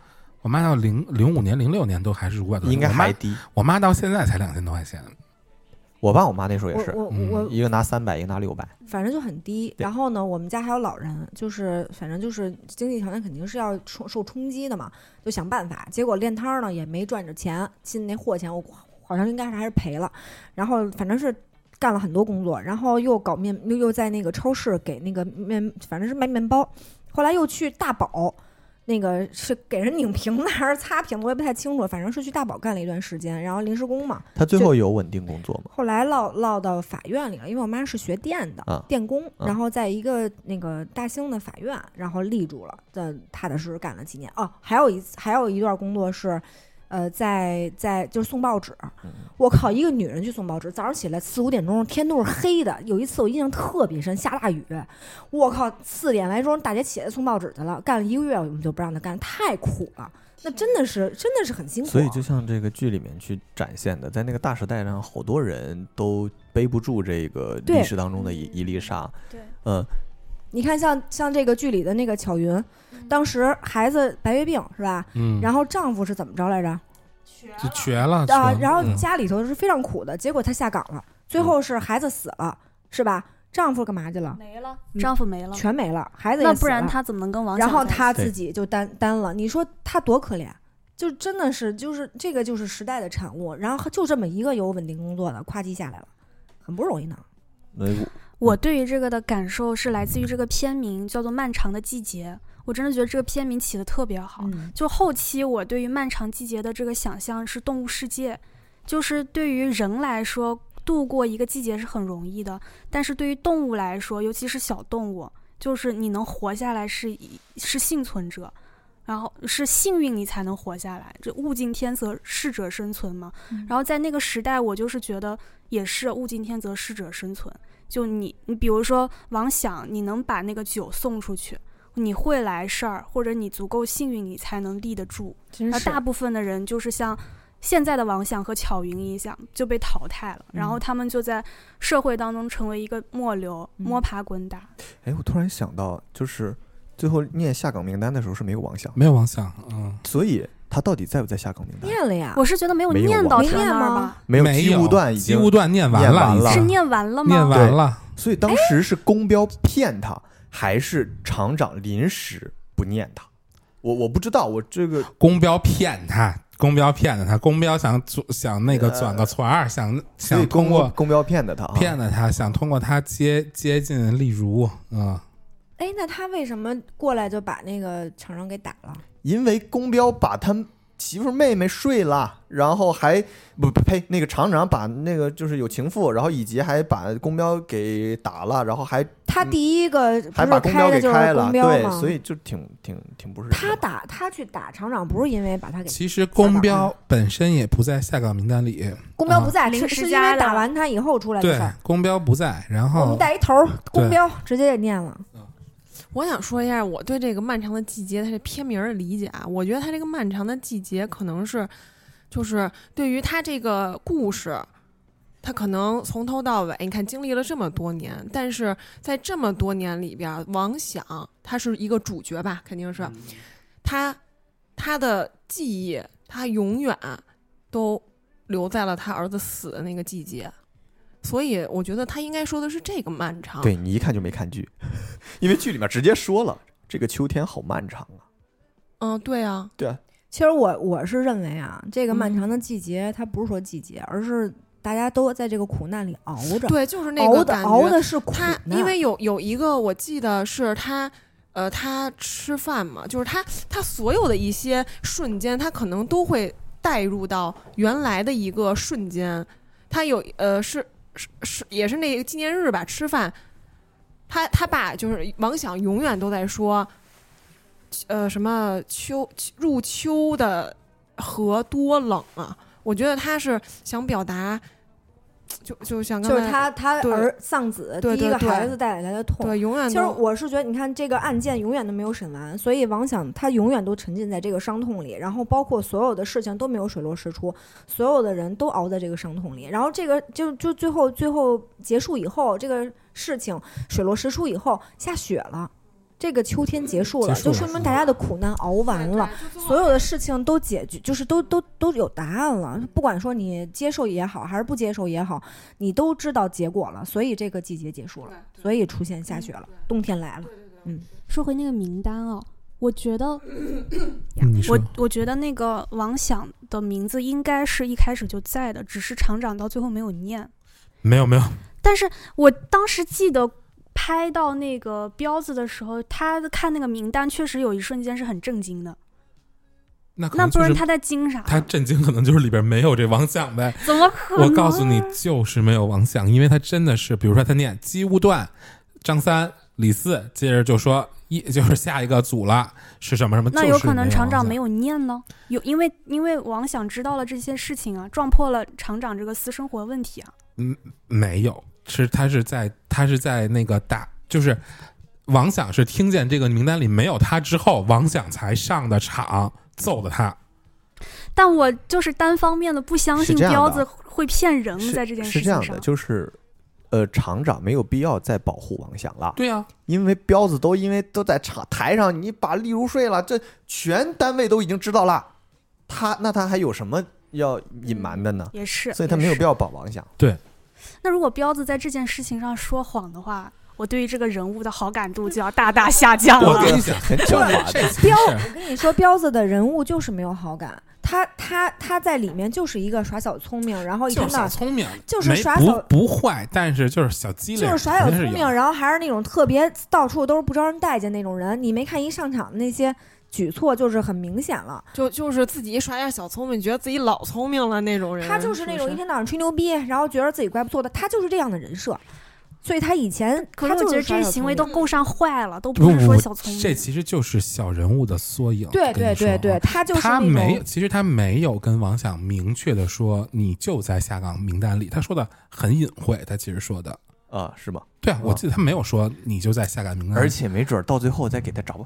我妈到零零五年、零六年都还是五百多，应该我妈还低。我妈到现在才两千多块钱，我爸我妈那时候也我是，我嗯我一个拿三百，一个拿六百。反正就很低。对然后呢，我们家还有老人，就是反正就是经济条件肯定是要冲受冲击的嘛，就想办法。结果练摊儿呢也没赚着钱，进那货钱我好像应该是还是赔了。然后反正是干了很多工作，然后又搞面又又在那个超市给那个面，反正是卖面包。后来又去大宝。那个是给人拧瓶子还是擦瓶子，我也不太清楚。反正是去大宝干了一段时间，然后临时工嘛，他最后有稳定工作吗？后来落落到法院里了，因为我妈是学电的，啊电工，啊然后在一个那个大兴的法院，然后立住了，在踏踏实实干了几年。哦，还有一次还有一段工作是，呃，在在就是送报纸，嗯我靠，一个女人去送报纸，早上起来四五点钟，天都是黑的。有一次我印象特别深，下大雨，我靠，四点来钟大姐起来送报纸去了，干了一个月，我们就不让她干，太苦了。那真的是，真的是很辛苦。啊所以就像这个剧里面去展现的，在那个大时代上，好多人都背不住这个历对史当中的一一粒沙。对，嗯，你看像，像这个剧里的那个巧云，嗯当时孩子白血病是吧？嗯，然后丈夫是怎么着来着？就瘸了啊，瘸然后嗯家里头是非常苦的，结果她下岗了，最后是孩子死了，是吧？丈夫干嘛去了？没了，嗯丈夫没了，全没了，孩子也那死不然了他怎么能跟王然想后在一起她自己就单单了，你说她多可怜？就真的是，就是这个就是时代的产物。然后就这么一个有稳定工作的，夸叽下来了，很不容易呢。那我对于这个的感受是来自于这个片名叫做《漫长的季节》，我真的觉得这个片名起的特别好。嗯，就后期我对于漫长季节的这个想象是动物世界，就是对于人来说，度过一个季节是很容易的，但是对于动物来说，尤其是小动物，就是你能活下来是一是幸存者。然后是幸运你才能活下来，这物竞天择，适者生存嘛。嗯然后在那个时代，我就是觉得也是物竞天择，适者生存。就你，你比如说王想，你能把那个酒送出去，你会来事儿，或者你足够幸运，你才能立得住。真而是大部分的人就是像现在的王想和巧云一样就被淘汰了，然后他们就在社会当中成为一个末流，嗯摸爬滚打。哎，我突然想到，就是最后念下岗名单的时候是没有王想，没有妄想，嗯，所以他到底在不在下岗名单？念了呀，我是觉得没有没有念王到想他那没念儿吗吧，没有没机务段已机经务段念完念完已经了是念完了吗？念完了，所以当时是公标骗他，还是厂长临时不念他？我我不知道，我这个公标骗他，公标骗的他，公标想做想那个呃转个团儿，想所以想公通过公标骗的他啊，骗了他，想通过他接接近例如，嗯，哎，那她为什么过来就把那个厂长给打了？因为公标把他媳妇妹妹睡了，然后还不不呸，那个厂长把那个就是有情妇，然后以及还把公标给打了，然后还他第一个不嗯还是把公标开给的就是开了，公标对，吗？所以就挺挺挺不是他打他去打厂长，不是因为把他给其实公标本身也不在下岗名单里，公标不在，临是时是因加为的打完他以后出来的啊对事儿。，公标不在，然我后们带一头儿公对标，直接给念了。我想说一下我对这个漫长的季节它这片名儿的理解啊，我觉得它这个漫长的季节可能是，就是对于它这个故事，它可能从头到尾，你看经历了这么多年，但是在这么多年里边儿，王想他是一个主角吧，肯定是，嗯他他的记忆，他永远都留在了他儿子死的那个季节，所以我觉得他应该说的是这个漫长。对你一看就没看剧， 因为剧里面直接说了这个秋天好漫长啊，嗯，对啊，对啊，其实我我是认为啊，这个漫嗯长的季节，它不是说季节，而是大家都在这个苦难里熬着，对，就是那熬个的感觉。熬的是苦他难。因为有有一个，我记得是他，呃，他吃饭嘛，就是他他所有的一些瞬间，他可能都会带入到原来的一个瞬间。他有呃是是是也是那个纪念日吧，吃饭，他他爸就是王想永远都在说，呃什么秋入秋的河多冷啊。我觉得他是想表达，就就像刚就才是他他对儿丧子第对一个对对孩子带给他的痛。对永远其实都我是觉得，你看这个案件永远都没有审完，所以王想他永远都沉浸在这个伤痛里，然后包括所有的事情都没有水落石出，所有的人都熬在这个伤痛里，然后这个就就最后最后结束以后，这个事情水落石出以后下雪了，这个秋天结束了，结束了就说明大家的苦难熬完了。，所有的事情都解决，就是都都都有答案了。不管说你接受也好，还是不接受也好，你都知道结果了，所以这个季节结束了，所以出现下雪了，冬天来了。说回那个名单啊哦，我觉得你说我我觉得那个王响的名字应该是一开始就在的，只是厂长到最后没有念。没有没有，但是我当时记得拍到那个彪子的时候，他看那个名单，确实有一瞬间是很震惊的。那可那能不就然是他哦在惊啥？他震惊，可能就是里边没有这王响呗。怎么可能？我告诉你，，就是没有王响，因为他真的是，比如说他念姬务段、张三、李四，接着就说一就是下一个组了是什么什么，那就是可能厂长没有有念呢？有，因为因为王想知道了这些事情啊，撞破了厂长这个私生活问题啊。王响没有，是他是在他是在那个大就是。王响是听见这个名单里没有他之后，王响才上的场揍的他。但我就是单方面的不相信是这样的彪啊子会骗人，是在这件事是情这上样的，就是呃，厂长没有必要再保护王响了，对呀、因为彪子都因为都在场台上，你把例如睡了，这全单位都已经知道了，他那他还有什么要隐瞒的呢？也是，所以他没有也嗯是必要保王响。那如果彪子在这件事情上说谎的话，我对于这个人物的好感度就要大大下降我了。跟你讲，啊 很狡猾的，彪我跟你说，彪子的人物就是没有好感，他他他在里面就是一个耍小聪明，然后一就天是到小晚聪明，就是没耍不小不坏，但是就是小机灵，就是耍小肯定聪有明，然后还是那种特别到处都是不招人待见那种人。你没看一上场的那些举措就是很明显了，就就是自己耍点小聪明，觉得自己老聪明了那种人。他就是那种一天到晚吹牛逼，然后觉得自己怪不错的，他就是这样的人设。所以他以前，可他是就我觉得是这耍些小行聪为明都够上坏了，都不不是说不小聪这明。其实就是小人物的缩影。对我跟对你说啊对对，他就是他那种没有，其实他没有跟王响明确的说你就在下岗名单里，他说的很隐晦，他其实说的。啊，是吗？对啊，嗯我记得他没有说你就在下岗名单里，而且没准儿到最后再给他找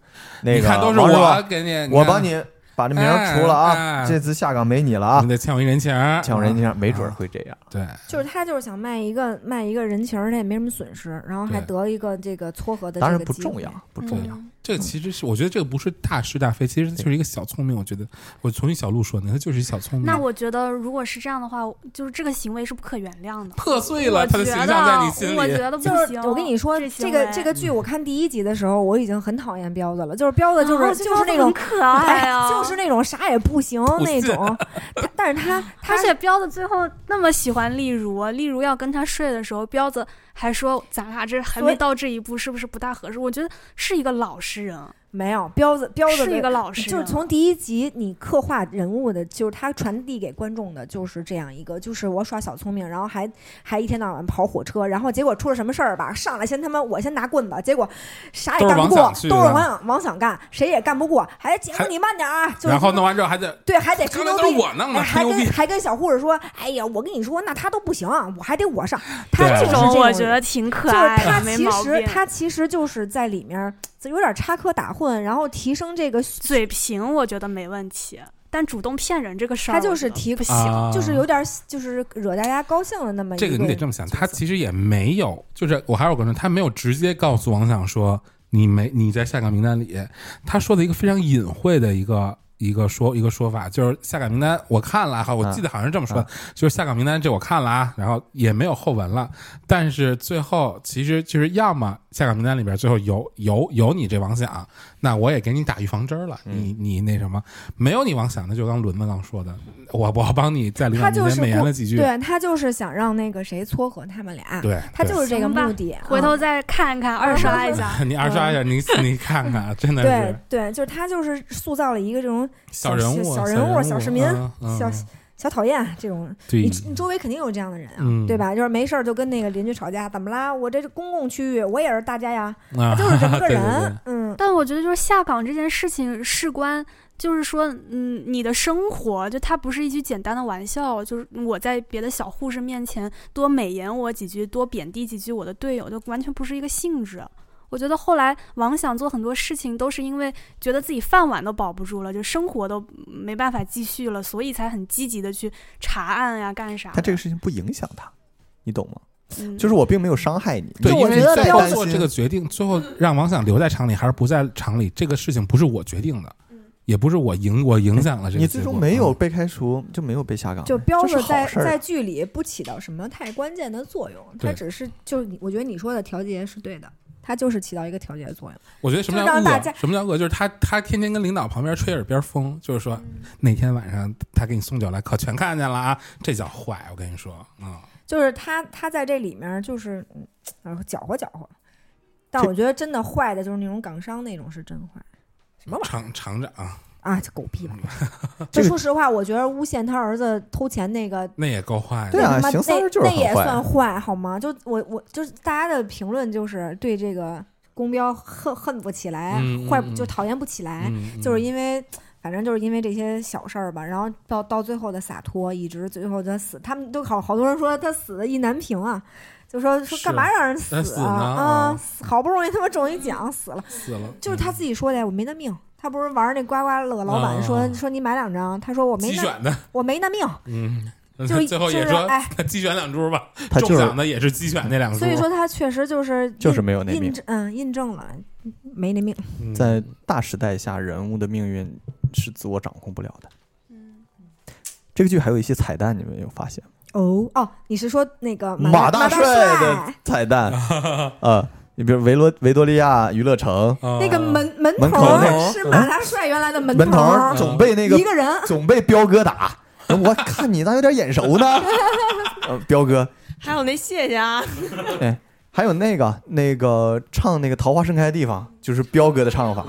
那嗯你个看都是王师我傅给你，我看帮，你把这名儿除了哎啊，哎嗯这次下岗没你了啊你，得欠我一人情儿，抢人啊家没准儿会这样。对，就是他就是想卖一个卖一个人情儿，他也没什么损失，然后还对得一个这个撮嗯合的当这然个不机重会。要，不重要。嗯这其实是我觉得这个不是大是大非，其实就是一个小聪明。我觉得我从一小路说呢，他就是一小聪明。那我觉得，如果是这样的话，就是这个行为是不可原谅的。破碎我了他觉的得，形象在你心我里。觉得不就是行。我跟你说，这行个为这个剧，我看第一集的时候，我已经很讨厌彪子了。就是彪子，就是、啊这就彪是子那种很可爱啊，哎就是那种啥也不行哎不那信 种。他但是他他而是且彪子最后那么喜欢丽茹啊，丽茹要跟他睡的时候，彪子还说咱俩这还所以没到这一步，是不是不大合适？我觉得是一个老实人，没有彪子彪子是一的，个老实人，就是从第一集你刻画人物的，就是他传递给观众的就是这样一个，就是我耍小聪明，然后还还一天到晚跑火车，然后结果出了什么事儿吧，上来先他妈我先拿棍子，结果啥也都是干王不过想，去都是的王想王想干，谁也干不过，还姐夫还你慢点啊，就是然后弄完之后还得，对还得吹刚才牛都是逼。我弄的，哎吹还牛跟逼。还跟小护士说：“哎呀，我跟你说，那他都不行，我还得我上。”他对啊就是这这种种我人觉得挺可就是爱他的，没其毛实病。他其实就是在里面儿有点插科打诨，然后提升这个嘴贫我觉得没问题，但主动骗人这个事儿，他就是我觉得提不行。啊就是有点儿就是惹大家高兴了那么一这个你得这么想，角他色其实也没有，就是我还有个人，他没有直接告诉王想说你没你在下岗名单里，他说的一个非常隐晦的一个一个说一个说法，就是下岗名单我看了哈，我记得好像是这么说的，就是下岗名单这我看了啊，然后也没有后文了，但是最后其实就是要么下岗名单里边最后有有有你这王想，那我也给你打预防针儿了，你你那什么没有你王想，那就刚轮子刚说的，我我帮你在领他导面就是前美言不了几句，对他就是想让那个谁撮合他们俩，对他就是这个行吧目的。回啊头再看看，二刷一下。 你二刷一下，你你看看，真的嗯对是对，就是他就是塑造了一个这种小人物、小小人物小市民嗯嗯小嗯小讨厌这种对你，你周围肯定有这样的人啊，嗯对吧？就是没事儿就跟那个邻居吵架，怎么啦？我这是公共区域，我也是大家呀，啊他就 是这么个对人。对嗯，但我觉得就是下岗这件事情事关，就是说，嗯，你的生活，就它不是一句简单的玩笑，就是我在别的小护士面前多美言我几句，多贬低几句我的队友，就完全不是一个性质。我觉得后来王想做很多事情，都是因为觉得自己饭碗都保不住了，就生活都没办法继续了，所以才很积极的去查案呀、干啥的。但这个事情不影响他，你懂吗？嗯就是我并没有伤害你。对，就因我为觉得在不要在做做这个决定，最后让王想留在厂里还是不在厂里，这个事情不是我决定的，嗯也不是我影我影响了这个你结最果。嗯终没有被开除，就没有被下岗。就彪啊这子是在好事儿啊在剧里不起到什么太关键的作用，他对只是就是你我觉得你说的调节是对的，他就是起到一个调节的作用。我觉得什么就叫让大恶家？什么叫恶？就是他他天天跟领导旁边吹耳边风，就是说嗯那天晚上他给你送酒来，可全看见了啊！这叫坏，我跟你说啊、就是他他在这里面就是嗯啊搅和搅和，但我觉得真的坏的就是那种港商那种是真坏什么玩意厂厂长儿啊，这狗屁 吧！这说实话，我觉得诬陷他儿子偷钱那个。那也够坏对的。啊那他妈行三儿就是那很那也坏啊算坏好吗？就我我就是大家的评论就是对这个公标恨恨不起来，嗯嗯坏嗯就讨厌不起来，嗯，就是为因为，反正就是因为这些小事儿吧，然后到到最后的洒脱，一直最后他死，他们都好好多人说他死的意难平啊，就说说是干嘛让人那死死啊呢啊啊死好不容易他妈中一奖死了，死了，就是他嗯自己说的呀，我没那命。他不是玩那刮刮乐，老板说、啊说你买两张，他说我没嗯鸡那选的，我没那命，嗯，就最后就也是说哎，鸡选两注吧，他就中是奖的也是鸡选那两注。所以说他确实就是就是印没有那命印。证嗯印证了没那命，嗯在大时代下，人物的命运是自我掌控不了的。嗯这个剧还有一些彩蛋，你们有发现吗？哦哦，你是说那个马马大大帅的 彩蛋，呃，你比如维罗维多利亚娱乐城啊那个门哦门门头口那儿嗯是马大帅原来的门门头儿儿总被那个一个人总被彪哥打， 我看你咋有点眼熟 呢？呃，彪哥，还有那谢谢啊，还有那个那个唱那个《桃花盛开》的地方，就是彪哥的唱法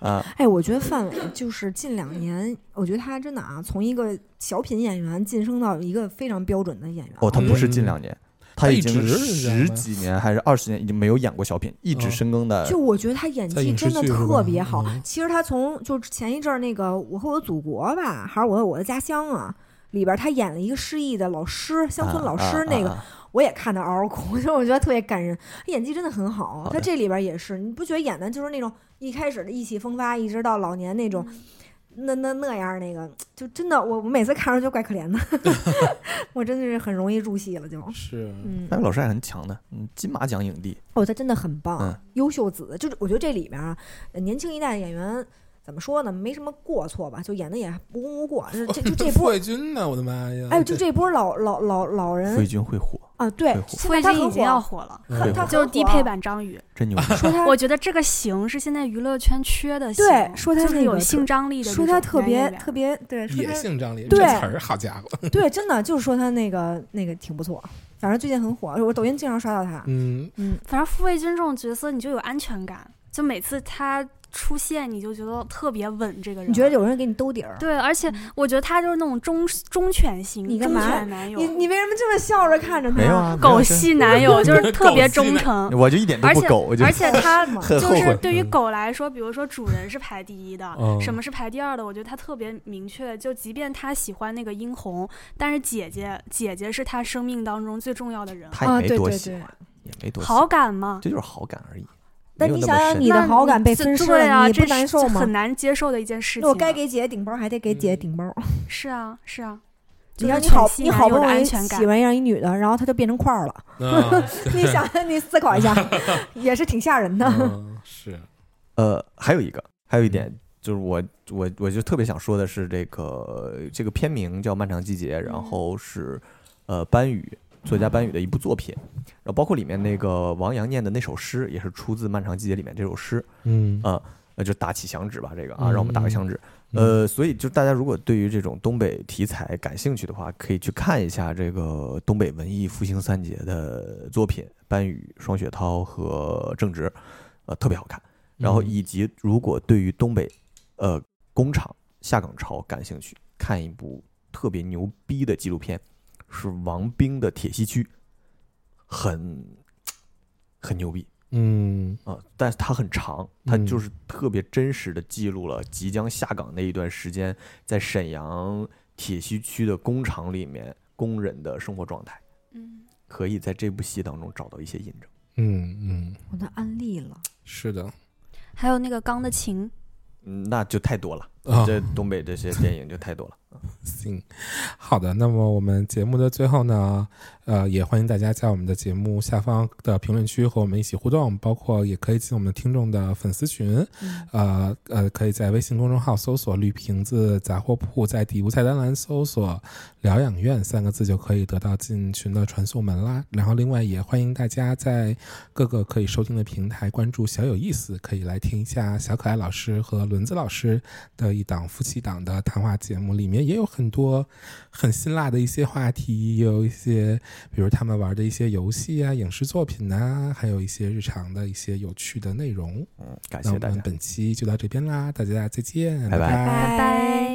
啊，哎，我觉得范伟就是近两年，我觉得他真的啊，从一个小品演员晋升到一个非常标准的演员。哦，他不是近两年，他已他经一直是这样十的几年还是二十年已经没有演过小品，一直深耕的就我觉得他演在技影视真的剧是吧特别好。嗯其实他从就是前一阵儿那个《我和我的祖国》吧，还是《我和我的家乡》啊，里边儿他演了一个失忆的老师，乡村老师那个，啊啊啊我也看得嗷嗷哭， 就我觉得特别感人，他演技真的很好好。他的这里边也是，你不觉得演的就是那种一开始的意气风发，一直到老年那种，嗯那那那样儿那个，就真的我我每次看着就怪可 怜的， 我真的是很容易入戏了就。是嗯那，位老师还很强的，嗯，金马奖影帝，哦，他真的很棒，嗯优秀子。就是我觉得这里面啊，呃年轻一代演员怎么说呢，没什么过错吧，就演的也无功无过。 就这就这傅波，卫军呢？我的妈呀！哎，就这波老老老老傅卫人军会火，啊，对会，火现傅卫在他军已很经要火，火了，会很火他就是很低火啊配版章鱼。真牛逼！说 他我觉得这个型是现在娱乐圈缺的型，对说他就是那个有性张力的这种说男他演员，特别特别对，说野他性张力，对这词儿好家伙，对，真的就是说他那个那个挺不错，反正最近很火，我抖音经常刷到他。嗯， 嗯，反正傅卫军这种角色，你就有安全感，就每次他出现，你就觉得特别稳。这个人，你觉得有人给你兜底儿？对，而且我觉得他就是那种忠忠犬型，你干忠嘛犬男友你，你为什么这么笑着看着他？没有啊，没有狗这系男友，就是特别忠诚。我就一点都不狗，我就而且 他是吗很就后是悔嗯对于狗来说，比如说主人是排第一的嗯，什么是排第二的，我觉得他特别明确。就即便他喜欢那个殷红，但是姐姐姐姐是他生命当中最重要的人，他啊，也没对多对喜对欢，。也没多喜欢好，感嘛。这就是好感而已。但没有你那想么想，深你的那好感被这分失对了，啊，你这不是难受这吗很？难接受的一件事情那啊。我该给姐姐顶包，还得给姐姐顶包。是啊是啊，你就让 是你好全，新你男好不友的容易安全喜感。欢上一女的，然后她就变成块儿了。 啊你想，你思考一下， 也是挺吓人的。嗯是呃，还有一个，还有一嗯点就是我我我就特别想说的是，这个这个片名叫《漫长季节》，然后是呃班宇作家班宇的一部作品，然后包括里面那个王阳念的那首诗，也是出自《漫长季节》里面这首诗，嗯呃，就打起响指吧，这个啊，嗯让我们打个响指。嗯呃，所以就大家如果对于这种东北题材感兴趣的话，可以去看一下这个东北文艺复兴三杰的作品，班宇、双雪涛和郑执，呃，特别好看。嗯然后以及如果对于东北，呃，工厂下岗潮感兴趣，看一部特别牛逼的纪录片，是王冰的《铁西区》，很很牛逼嗯啊、但是它很长，它嗯就是特别真实的记录了即将下岗那一段时间在沈阳铁西区的工厂里面工人的生活状态，嗯，可以在这部戏当中找到一些印证。嗯嗯，我都安利了，是的，还有那个钢的琴，嗯，那就太多了，啊，这东北这些电影就太多了。行，好的。那么我们节目的最后呢，呃，也欢迎大家在我们的节目下方的评论区和我们一起互动，包括也可以进我们听众的粉丝群，呃呃，可以在微信公众号搜索“绿瓶子杂货铺”，在底部菜单栏搜索“疗养院”三个字就可以得到进群的传送门啦。然后，另外也欢迎大家在各个可以收听的平台关注“小有意思”，可以来听一下小可爱老师和轮子老师的一档夫妻档的谈话节目，里面也有很多很辛辣的一些话题，也有一些比如他们玩的一些游戏啊、影视作品呐、还有一些日常的一些有趣的内容。嗯，感那谢我大家们。本期就到这边啦，大家再见，拜拜拜拜拜。